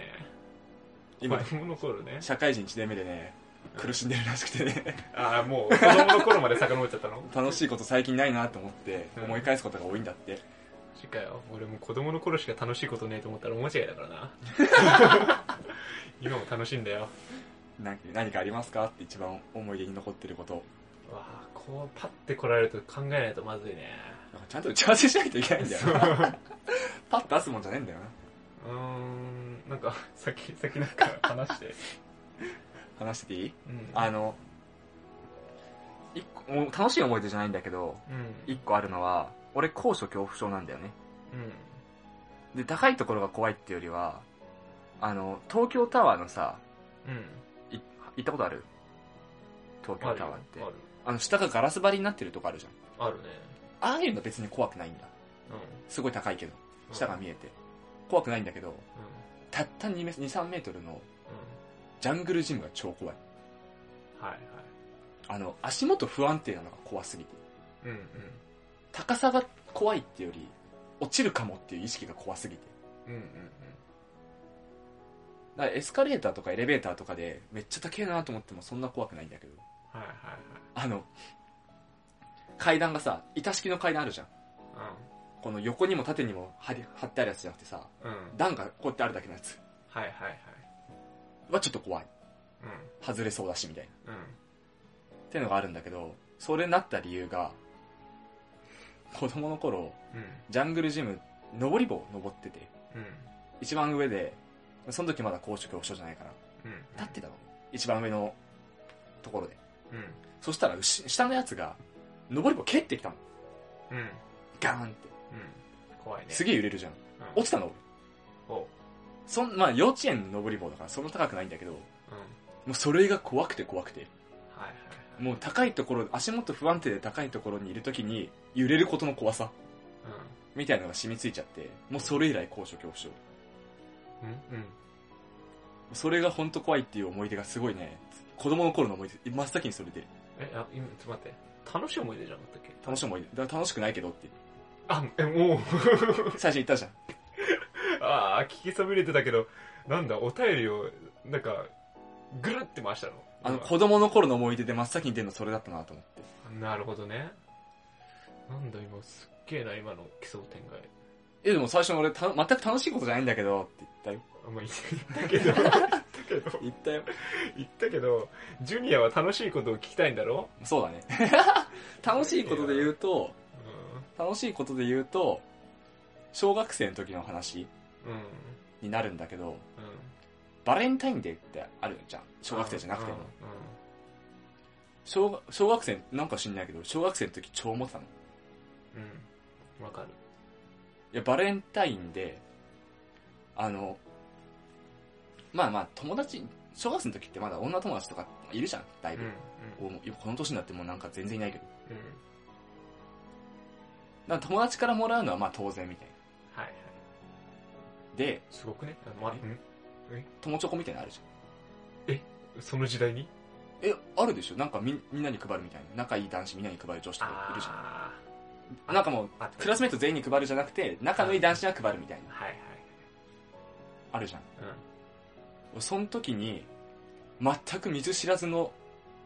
S2: 今
S1: 子、供の頃ね。
S2: 社会人1年目でね、苦しんでるらしくて ね、
S1: あーもう子供の頃まで遡っちゃったの
S2: 楽しいこと最近ないなと思って、
S1: うん
S2: 思い返すことが多いんだって。
S1: しかよ。俺もう子供の頃しか楽しいことねえと思ったら大間違いだからな。 今も楽しいんだよ。
S2: なんか何かありますかって一番思い出に残ってること。
S1: わあこうパッて来られると考えないとまずいね。
S2: なんかちゃんと打ち合わせしないといけないんだよ
S1: そう。う
S2: な。パッと出すもんじゃねえんだよな。
S1: ーん。なんか、さっき、さっきなんか話 して。
S2: 話してていい
S1: うん。
S2: あの、一個、もう楽しい思い出じゃないんだけど、
S1: うん。
S2: 一個あるのは、俺高所恐怖症なんだよね。
S1: うん。
S2: で、高いところが怖いっていうよりは、あの、東京タワーのさ、
S1: うん。
S2: い行ったことある東京タワーって
S1: あ。る。
S2: あの、下がガラス張りになってるとこあるじゃん。
S1: あるね。
S2: ああいうの別に怖くないんだ。
S1: う
S2: すごい高いけど、
S1: ん。
S2: 下が見えて。怖くないんだけど、
S1: うん。うん。
S2: たった2メ、2、3メートルのジャングルジムが超怖い。
S1: はいはい。
S2: あの、足元不安定なのが怖すぎて。
S1: うんうん。
S2: 高さが怖いってより、落ちるかもっていう意識が怖すぎて。
S1: うんうん
S2: だからエスカレーターとかエレベーターとかで、めっちゃ高いなと思ってもそんな怖くないんだけど、
S1: はいはいはい。
S2: あの、階段がさ、板式の階段あるじゃん。この横にも縦にも貼り貼ってあるやつじゃなくてさ、
S1: うん。うん。
S2: 段がこうやってあるだけのやつ
S1: はいはいはい。
S2: はちょっと怖い。
S1: うん。
S2: 外れそうだしみたいな。
S1: うん。
S2: っていうのがあるんだけど、それになった理由が、子供の頃、
S1: うん。
S2: ジャングルジム、登り棒を登ってて、
S1: うん。
S2: 一番上で、その時まだ高所恐怖症じゃないから、
S1: うん。
S2: 立ってたの。一番上のところで。
S1: うん。
S2: そしたら、うし下のやつが、登り棒蹴ってきたの。
S1: うん。うん。
S2: ガーンって。
S1: 怖いね。
S2: すげえ揺れるじゃん。
S1: うん
S2: 落ちたの俺。
S1: おう。
S2: そん、まあ幼稚園の登り棒だからそんな高くないんだけど、も
S1: うん。
S2: うそれが怖くて怖くて。
S1: はいはいはい。
S2: もう高いところ、足元不安定で高いところにいるときに、揺れることの怖さ、みたいなのが染みついちゃって、もうそれ以来高所恐怖症。
S1: うん。うん。うん。
S2: それが本当怖いっていう思い出がすごいね、子供の頃の思い出、真っ先にそれ出る。
S1: え、あ、今、ちょっと待って。楽しい思い出じゃなかったっけ
S2: 楽しい思い出。だから楽しくないけどって。
S1: あ、え、もう。
S2: 最初言ったじゃん。
S1: ああ、聞きそびれてたけど、なんだ、お便りを、なんか、ぐるって回したの。
S2: あの、子供の頃の思い出で真っ先に出るのそれだったなと思って。
S1: なるほどね。なんだ今、すっげえな、今の奇想天外。
S2: え、でも最初俺た、全く楽しいことじゃないんだけど、って言ったよ。
S1: あまあ、言ったけど、言ったけど、
S2: 言ったよ。
S1: 言ったけど、ジュニアは楽しいことを聞きたいんだろ
S2: そう だね。楽しいことで言うと、楽しいことで言うと、小学生の時の話
S1: うん。うん。
S2: になるんだけど、
S1: うん。
S2: バレンタインデーってあるじゃん。小学生じゃなくても。
S1: う
S2: 小学小学生、なんか知んないけど、小学生の時超思ってたの。い
S1: ん。うん。うん。わかる。
S2: や、バレンタインで、あの、まあまあ、友達、小学生の時ってまだ女友達とかいるじゃん、だい
S1: うん。う
S2: ぶ
S1: ん。。
S2: おもうこの年になってもうなんか全然いないけど。
S1: うん。
S2: だから友達からもらうのはまあ当然みたい
S1: は
S2: な。
S1: いはい。
S2: で、
S1: すごくね。あま、ん
S2: 友チョコみたいなのあるじ
S1: その時代に
S2: ゃん。え、あるでしょなんかみみんなに配るみたいな。仲いい男子みんなに配る女子とかいるじゃ
S1: あ
S2: ん。なんかもう、
S1: あ。
S2: クラスメイト全員に配るじゃなくて、仲のいい男子には配るみたいな。
S1: はいはい。
S2: あるじゃん。
S1: うん。
S2: その時に、全く水知らずの、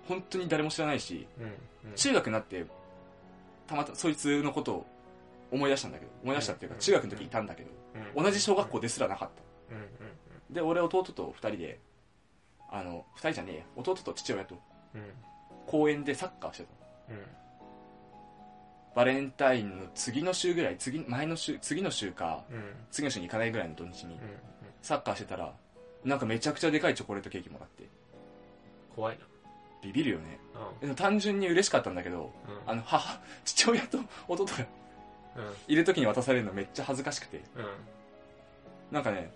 S2: 本当に誰も知らないし、
S1: うん。うん
S2: 中学になって、たまた、そいつのことを思い出したんだけど、思い出したっていうか、
S1: うん
S2: 中学の時いたんだけど、同じ小学校。ですらなかった。
S1: うんうん
S2: で、俺弟と二人で、あの、二人じゃねえや、弟と父親と
S1: うん。うん。
S2: 公園でサッカーしてたの。
S1: うん。
S2: バレンタインの次の週ぐらい、次、前の週、次の週か、
S1: うん。うん。
S2: 次の週に行かないぐらいの土日に、サッカーしてたら、なんかめちゃくちゃでかいチョコレートケーキもらって、
S1: 怖いな。
S2: ビビるよね。
S1: う
S2: でも単純に嬉しかったんだけど、
S1: ん。うん。
S2: あの、母、父親と弟が
S1: うん。
S2: いる時に渡されるのめっちゃ恥ずかしくて、
S1: うん。
S2: なんかね、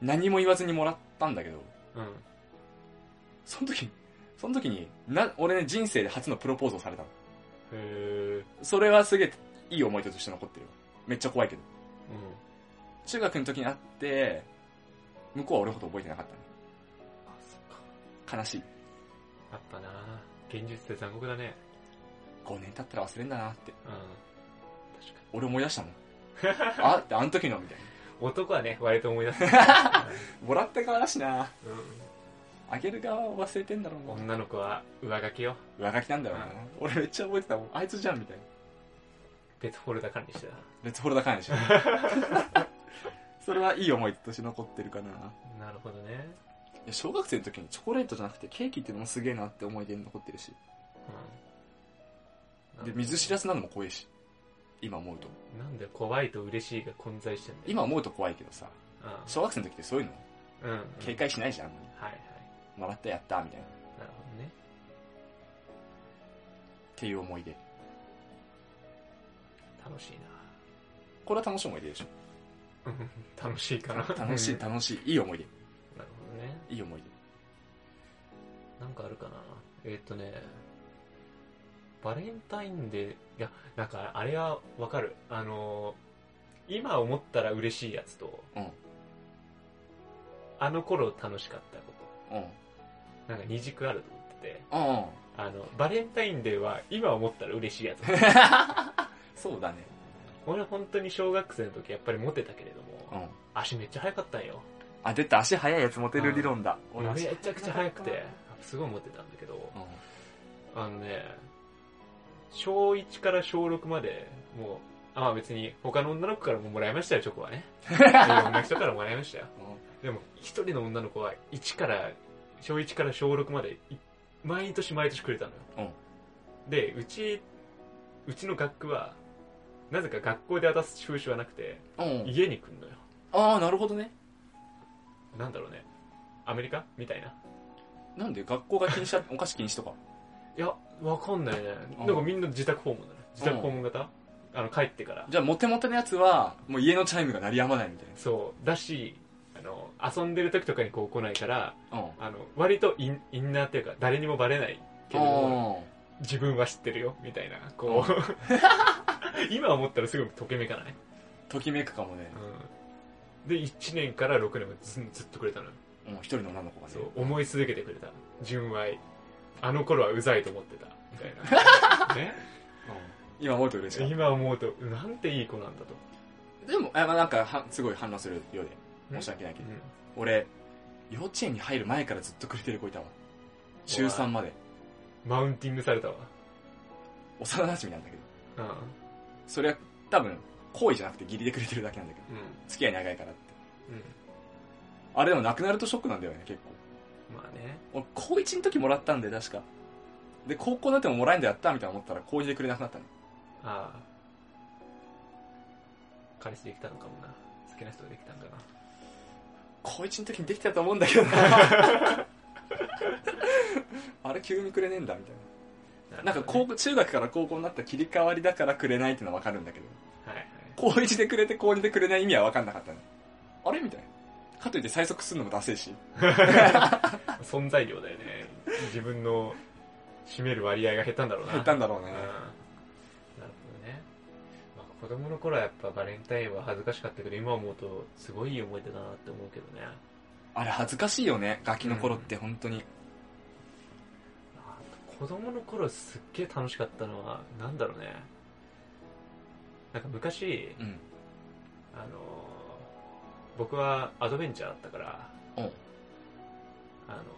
S2: 何も言わずにもらったんだけど、
S1: うん。
S2: その時に、その時に、な、俺ね、人生で初のプロポーズをされたの。
S1: へえ。
S2: それはすげえ、いい思い出として残ってるよ。めっちゃ怖いけ
S1: う
S2: ど。
S1: ん。
S2: 中学の時に会って、向こうは俺ほど覚えてなかっ
S1: あ、そっか。
S2: たね。悲しい。
S1: やっぱな現実って残酷だね。
S2: 5年経ったら忘れんだなって。
S1: うん。確か
S2: 俺思い出したもん。あって、あの時のみたい
S1: に。男はね、割と思い出す。
S2: な。もらった側だしな。
S1: う
S2: あげる側は忘れてんだろうな。
S1: ん。女の子は上書きよ。
S2: 上書きなんだろうな。俺めっちゃ覚えてたもん。あいつじゃんみたいな。
S1: 別フォルダ管理してた。
S2: 別フォルダ管 理しょそれはいい思い出として残ってるかな。
S1: なるほどね。
S2: いや小学生の時にチョコレートじゃなくてケーキってのもすげえなって思い出に残ってるし。
S1: うん。
S2: で、水知らずなのも怖いし。今思うと。
S1: なんで怖いと嬉しいが混在してんだよ。
S2: 今思うと怖いけどさ、小学生の時ってそういうの
S1: うん。うん。
S2: 警戒しないじゃん。あんまり
S1: はいはい。
S2: もらったやったみたいな。っ
S1: なるほどね。
S2: ていう思い出。
S1: 楽しい
S2: これは楽しい思い出でしょ。
S1: なうん 楽しいかな。
S2: 楽し
S1: う
S2: い、
S1: ん
S2: 楽しい。いい思い
S1: なるほどね。
S2: 出。いい思い
S1: なんかあるかなえーっ、とね、バレンタインデー、いや、なんかあれはわかる。あのー今思ったら嬉しいやつと、
S2: 出。
S1: あの頃楽しかったこ
S2: うん。うん。
S1: と、なんか二軸あると思ってて、
S2: うんうん。
S1: あの、バレンタインデーは今思ったら嬉しいやつ。
S2: そうだね。
S1: 俺本当に小学生の時やっぱりモテたけれども、
S2: うん。
S1: 足めっちゃ速かったんよ。
S2: あ、出た。足速いやつモテる理論だ。
S1: 俺め
S2: 足
S1: ちゃくちゃ速くて、すごいモテたんだけど、あのね、小1から小6まで、もう、あ、まあ別に他の女の子からももらいましたよ、チョコはね。いろんな人からもらいましたよ。でも、一人の女の子は1から、小1から小6まで、い毎年毎年くれたのよ。で、うち、うちの学区は、なぜか学校で渡す風習はなくて、
S2: うん。うん。うん。
S1: 家に来んのよ。
S2: ああ、なるほどね。
S1: なんだろうね。アメリカみたいな。
S2: なんで学校が禁止だ、お菓子禁止とか。
S1: いや、わかんないね。
S2: うん
S1: なんかみんな自宅訪問だね。自宅訪問型あの、帰ってから。
S2: じゃあ、モテモテのやつは、もう家のチャイムが鳴りやまないみたい
S1: そう、だし、あの、遊んでる時とかにこう来ないから、
S2: な。うん。
S1: あの、割とインインナーっていうか、誰にもバレないけれども、自分は知ってるよ、みたいな、こう、 今思ったらすぐときめかない、
S2: ときめくかもね。
S1: うん、で、1年から6年までずずっとくれたのよ。
S2: うん、一人の女の子がね
S1: そ。う、思い続けてくれた。純愛。あの頃はうざいと思ってた。みたいな。ね、
S2: 今思うと嬉しい。
S1: 今思うと、なんていい子なんだと。
S2: でも、あまあ、なんかは、すごい反応するようで。
S1: うん
S2: 申し訳ないけ
S1: う
S2: ど。
S1: ん
S2: 俺、幼稚園に入る前からずっとくれてる子いたわ。中3まで。
S1: マウンティングされたわ。
S2: 幼馴染なんだけど。
S1: うん。
S2: それは、多分、好意じゃなくて義理でくれてるだけなんだけど。
S1: うん。
S2: 付き合い長いからって。
S1: うん。
S2: あれでもなくなるとショックなんだよね、結構。
S1: まあね。
S2: 俺、高1の時もらったんで、確か。で、高校になってももらえんだやったみたいな思ったら、高2でくれなくなったの。
S1: ああ。彼氏できたのかもな。好きな人ができたんかな。
S2: 高1の時にできたと思うんだけどな。 あれ、急にくれねえんだ、みたいな。なんか高校、中学から高校になった切り替わりだからくれないってのはわかるんだけど、
S1: はいはい。
S2: 高1でくれて高2でくれない意味はわかんなかったね。あれみたいな。かといって催促するのもダセえし。
S1: 存在量だよね。自分の占める割合が減ったんだろうな。
S2: 言ったんだろうね
S1: うん。。なるほどね。まあ子供の頃はやっぱバレンタインは恥ずかしかったけど、今思うとすごいいい思い出だなって思うけどね。
S2: あれ恥ずかしいよね、ガキの頃って本当に。
S1: あと子供の頃すっげえ楽しかったのは、なんだろうね。なんか昔、
S2: うん。
S1: あのー僕はアドベンチャーだったから、
S2: うん。
S1: あの、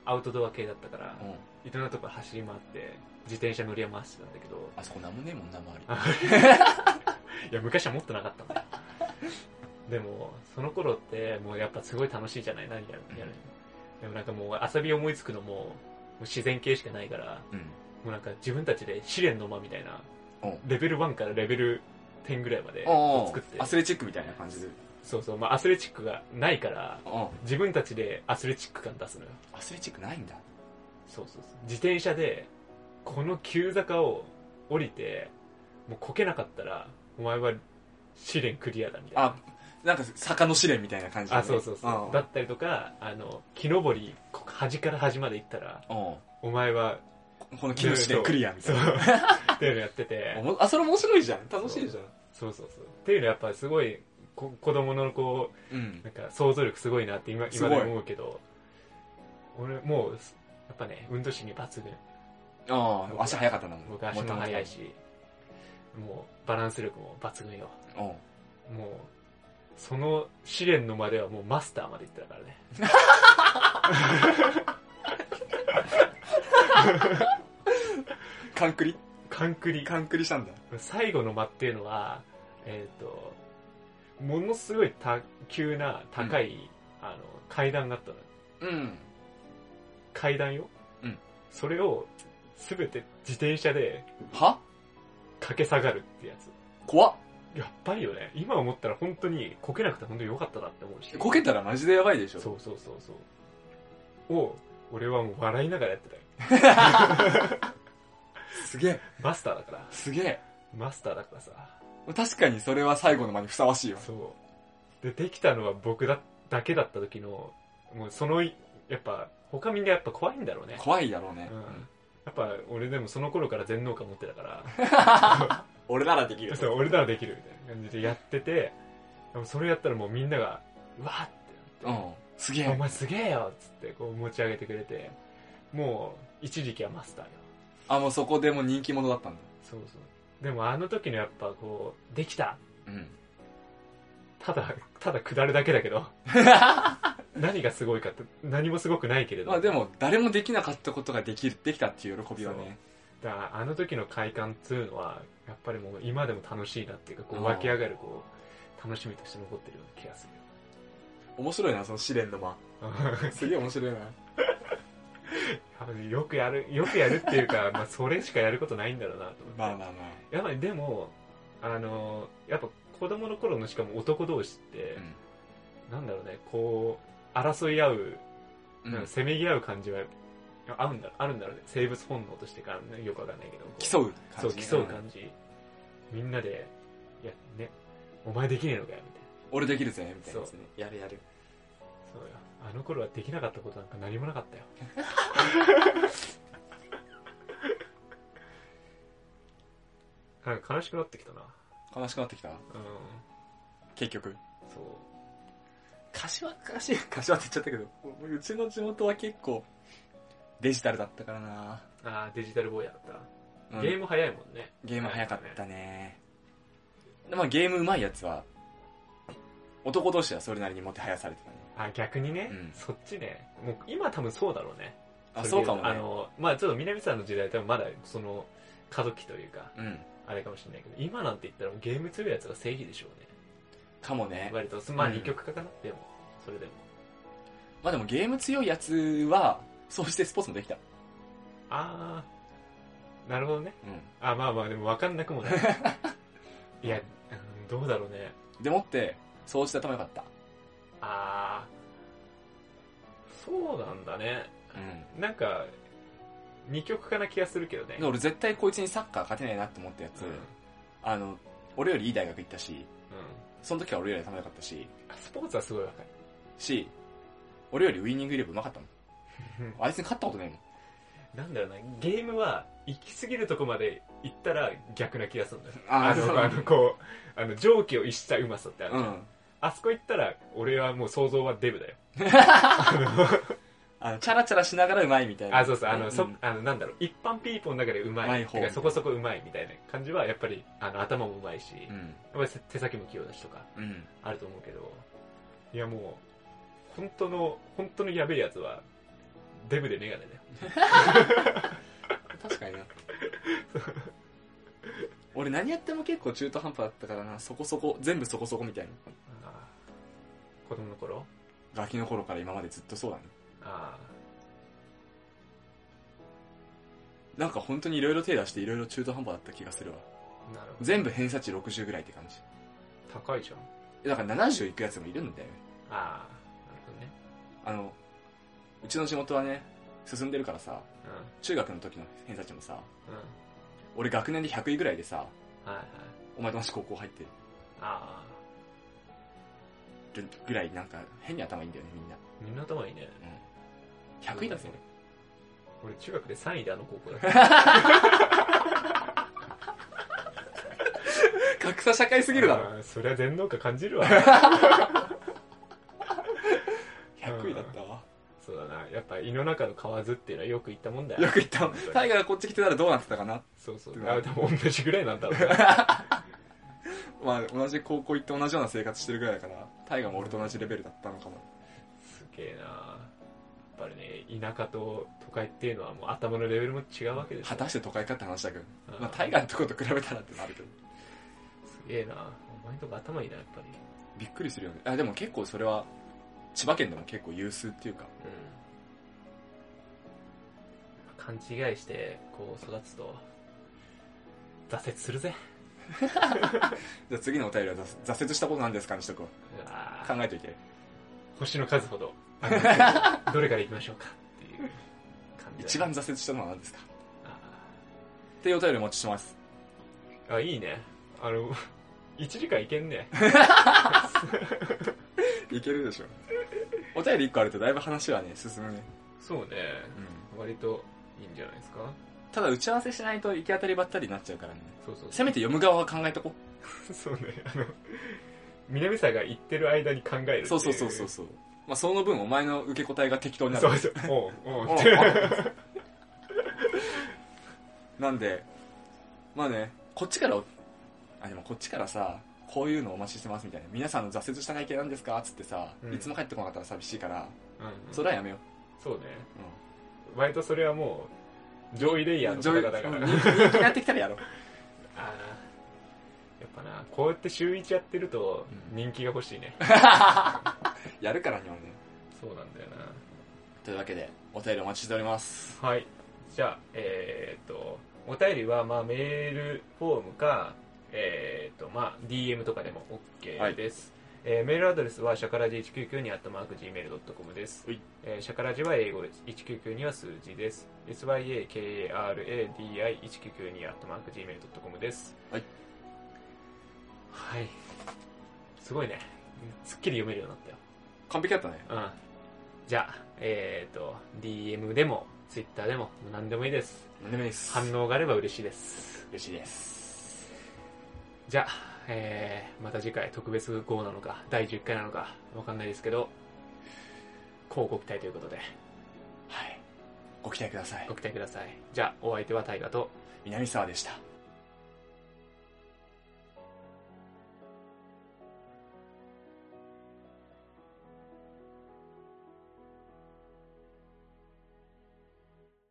S1: アウトドア系だったから、
S2: うん。
S1: いろんなとこ走り回って、自転車乗り回してたんだけど、
S2: あそこなんもねえもんな、周り。
S1: いや、昔はもっとなかったんだよ。 でも、その頃って、もうやっぱすごい楽しいじゃない何やるやるでもなんかもう遊び思いつくのも、もう自然系しかないから、
S2: うん。
S1: もうなんか自分たちで試練の間みたいな、
S2: うん
S1: レベル1からレベル10ぐらいまで
S2: おうおう
S1: 作って
S2: アスレチックみたいな感じで
S1: そうそう、まあ、アスレチックがないから
S2: うん
S1: 自分たちでアスレチック感出すのよ
S2: アスレチックないんだ
S1: そうそうそう自転車でこの急坂を降りてもうこけなかったらお前は試練クリアだみたいな
S2: あなんか坂の試練みたいな感じだ
S1: あ
S2: ね
S1: そうそうそう、
S2: ん
S1: だったりとかあの木登りこ端から端まで行ったら
S2: う
S1: お前は
S2: んこの木の試練クリアみたい
S1: そう
S2: な
S1: っていうのやってて
S2: おもあそれ面白いじゃん楽しいじゃん
S1: そうそうそうっていうのやっぱすごいこ子供のこ
S2: うん
S1: うなんか想像力すごいなって今
S2: すご
S1: 今
S2: い
S1: で思うけど俺もうすやっぱね運動神経抜群
S2: ああ足速かったんだもん
S1: 僕足も速いしもうバランス力も抜群よ
S2: うん
S1: もうその試練のまではもうマスターまで行ってたからね
S2: カンクリ
S1: カンクリ
S2: カンクリしたんだ
S1: 最後の間っていうのはえっ、とものすごいた急な高い、あの階段があったの
S2: うん
S1: 階段よ、
S2: うん
S1: それを全て自転車で
S2: は
S1: 駆け下がるってやつ
S2: 怖っ
S1: やっぱりよね今思ったら本当にこけなくて本当に良かったなって思うし
S2: こけたらマジでやばいでしょ
S1: そうそうそうそうを俺はもう笑いながらやってたよ
S2: すげえ
S1: マスターだから
S2: すげえ
S1: マスターだからさ
S2: 確かにそれは最後の間にふさわしいわ
S1: そうでできたのは僕だだけだった時のもうそのやっぱ他みんなやっぱ怖いんだろうね
S2: 怖いだろうね、
S1: うんやっぱ俺でもその頃から全能感持ってたから
S2: 俺ならでき
S1: そう、俺ならできるみたいな感じでやってて、でもそれやったらもうみんなが、うわーっ
S2: うんすげ
S1: て、お
S2: え
S1: 前すげえよっつってこう持ち上げてくれて、もう一時期はマスターよ。
S2: あもうそこでもう人気者だったんだ
S1: そうそう。でもあの時のやっぱこう、できた。
S2: うん
S1: ただ、ただ下るだけだけ ど、何がすごいかって、何もすごくないけれど、
S2: まあでも誰もできなかったことができるできたっていう喜びはね
S1: だからあの時の快感っていうのは、やっぱりもう今でも楽しいなっていうか、こ
S2: あ
S1: う
S2: ー
S1: 湧き上がるこう、楽しみとして残ってるような気がする。
S2: 面白いなその試練の間すげえ面白いな
S1: よ くやる、よくやるっていう か、まあそれしかやることないんだろうなと思って。
S2: まあまあまあ
S1: やっぱりでも、あの、やっぱ子供の頃のしかも男同士って、なんだろうね、こう、争い合う、
S2: うん、
S1: なんかせめぎ合う感じは、合うんだ、あるんだろうね。生物本能としてか、よくわかんないけど。こう
S2: 競う
S1: そ
S2: 感
S1: う、
S2: じね
S1: 競う感じ。みんなで、いや、ね、お前できねえのかよ、みたい
S2: 俺できるぜみたいなやつねやるやる
S1: な。そうよ。あの頃はできなかったことなんか何もなか ったよ。なんか悲しくなってきたな。
S2: 悲しくなってきた
S1: うん。
S2: 結局
S1: そう。
S2: 柏柏柏って言っちゃったけどううちの地元は結構デジタルだったからな、
S1: ああ、デジタルボーイだった。
S2: うん
S1: ゲーム早いもんね。
S2: ゲーム早かったねまあゲーム上手いやつは男同士はそれなりにもてはやされてたね
S1: あ、逆にね、
S2: うん
S1: そっちね。もう今多分そうだろうね。
S2: あ
S1: れ
S2: そう
S1: で
S2: か
S1: 言
S2: も
S1: とあ
S2: ね
S1: の、まあちょっと南さんの時代多分まだその、過渡期というか、
S2: うん
S1: あれかもしれないけど、今なんて言ったらもうゲーム強いやつが正義でしょうね。
S2: かもね
S1: 割と、まあ
S2: うん
S1: 二極化かな、でも、それでも。
S2: まあでもゲーム強いやつはそうしてスポーツもできた
S1: ああ、なるほどね。
S2: う
S1: あまあまあでも分かんなくも ない。いや、うんどうだろうね。
S2: んでもってそうして頭良かった
S1: ああ、そうなんだね。
S2: うん
S1: なんか、二極化な気がするけどね。
S2: で俺絶対こいつにサッカー勝てないなって思ったやつ、
S1: うん。うん
S2: あの俺よりいい大学行ったしその時は俺より頭良かったし
S1: スポーツはすごいわかる。
S2: し俺よりウイニングイレブン上手かったもん あいつに勝ったことないもん
S1: なんだろうな、ゲームは行き過ぎるとこまで行ったら逆な気がするんだよ。
S2: あ
S1: あ
S2: そう
S1: の、あの、こう、あの、上気を逸したうまさってある
S2: う
S1: じゃん。
S2: ん
S1: あそこ行ったら、俺はもう想像はデブだよ。
S2: あのチャラチャラしながらうまいみたいな
S1: あ、そうそう、あの、そ
S2: ん、
S1: あの、なんだろう、一般ピーポーの中でうま
S2: うま
S1: い。
S2: い
S1: て
S2: 方
S1: かそこそこうまいみたいな感じは、やっぱり、あの、頭もうまいし、
S2: う
S1: やっ
S2: ん
S1: ぱり手先も器用だしとか、
S2: うん
S1: あると思うけど、いやもう、本当の、本当のやべえやつは、デブでメガネだよ。
S2: 確かにな 俺何やっても結構中途半端だったからなそこそこ全部そこそこみたいな
S1: あー子供の頃
S2: ガキの頃から今までずっとそうだね
S1: あ
S2: なんか本当にいろいろ手出していろいろ中途半端だった気がするわ
S1: あ、なるほど
S2: 全部偏差値60ぐらいって感じ
S1: 高いじゃん
S2: だから70いくやつもいるんだよね
S1: ああなるほどね
S2: あのうちの地元はね進んでるからさ中学の時の偏差値もさ
S1: うんうん
S2: 俺学年で100位ぐらいでさ
S1: はいはい
S2: お前と同じ高校入って
S1: ああ
S2: るぐらいなんか変に頭いいんだよねみんな、
S1: みんな頭いいね
S2: うん、100位だぜ
S1: 俺中学で3位であの高校だった
S2: 俺格差社会すぎるだろ
S1: あーそりゃ全能感感じる わ
S2: 100位だったわ
S1: そうだなやっぱ胃の中の蛙っていうのはよく言ったもんだよ
S2: よく言った大河がこっち来てたらどうなってたかな
S1: そうそうあでも同じぐらいなんだろうな
S2: まあ同じ高校行って同じような生活してるぐらいだから大河も俺と同じレベルだったのかも
S1: すげえなやっぱりね田舎と都会っていうのはもう頭のレベルも違うわけです
S2: 果たして都会かって話だけど
S1: うん
S2: まあ大河のとこと比べたらってのあるけど
S1: すげえなお前んとこ頭いいなやっぱり
S2: びっくりするよねあでも結構それは千葉県でも結構有数っていうか
S1: うん勘違いしてこう育つと挫折するぜ
S2: じゃあ次のお便りは挫挫折したことなんですかにしとくわ
S1: うわー
S2: 考えといて
S1: 星の数ほ どありますけどどれからいきましょうかっていう感じだ
S2: 一番挫折したのは何ですか
S1: あ
S2: っていうお便りお持ちしてます
S1: ーあいいねあの1時間いけんね
S2: いけるでしょお便り1個あるとだいぶ話はね進むね、
S1: そうね割といいんじゃないですか
S2: ただ打ち合わせしないと行き当たりばったりになっちゃうからね
S1: そうそう
S2: せめて読む側は考えとこ
S1: そうねあの南沢が言ってる間に考えるっていう
S2: そうそうそうそうそうまあその分お前の受け答えが適当になる
S1: そうそうおうお う
S2: おう
S1: って
S2: なんで、まあね、こっちからお、あ、でもこっちからさ、こういうのお待ちしてますみたいな。皆さんの挫折した内見なんですかつってさ、
S1: うん
S2: いつも帰ってこなかったら寂しいから、
S1: うん
S2: それはやめよ
S1: そうね
S2: う。
S1: 割とそれはもう上位レイヤー
S2: うん。
S1: の
S2: 上
S1: 方
S2: 位、
S1: 々だからあ
S2: 人気になってきたらやろう。
S1: あーやっぱなこうやって週一やってると
S2: うん
S1: 人気が欲しいね
S2: やるからにはね。
S1: そうなんだよな
S2: というわけで、お便りお待ちしております。
S1: はい。じゃあ、えーっと、お便りは、まあ、メールフォームか、えーっと、まあ、DM とかでも OK です。えーメールアドレスは、シャカラジ199にアットマーク Gmail.com です。
S2: はい
S1: えーシャカラジは英語です。199には数字です。syakaradi199 にアットマーク Gmail.com です。
S2: はい。
S1: はい。すごいね。すっきり読めるようになったよ。
S2: 完璧だったね。
S1: うん。じゃあ、えっ、と、DM でも、Twitter でも、何でもいいです。
S2: 何でもいいです。
S1: 反応があれば嬉しいです。
S2: 嬉しいです。
S1: じゃあ、えー、また次回特別号なのか、第10回なのか、わかんないですけど、広告体ということで、
S2: はい。ご期待ください
S1: ご。期待ください。じゃあ、お相手は大河と、
S2: 南沢でした。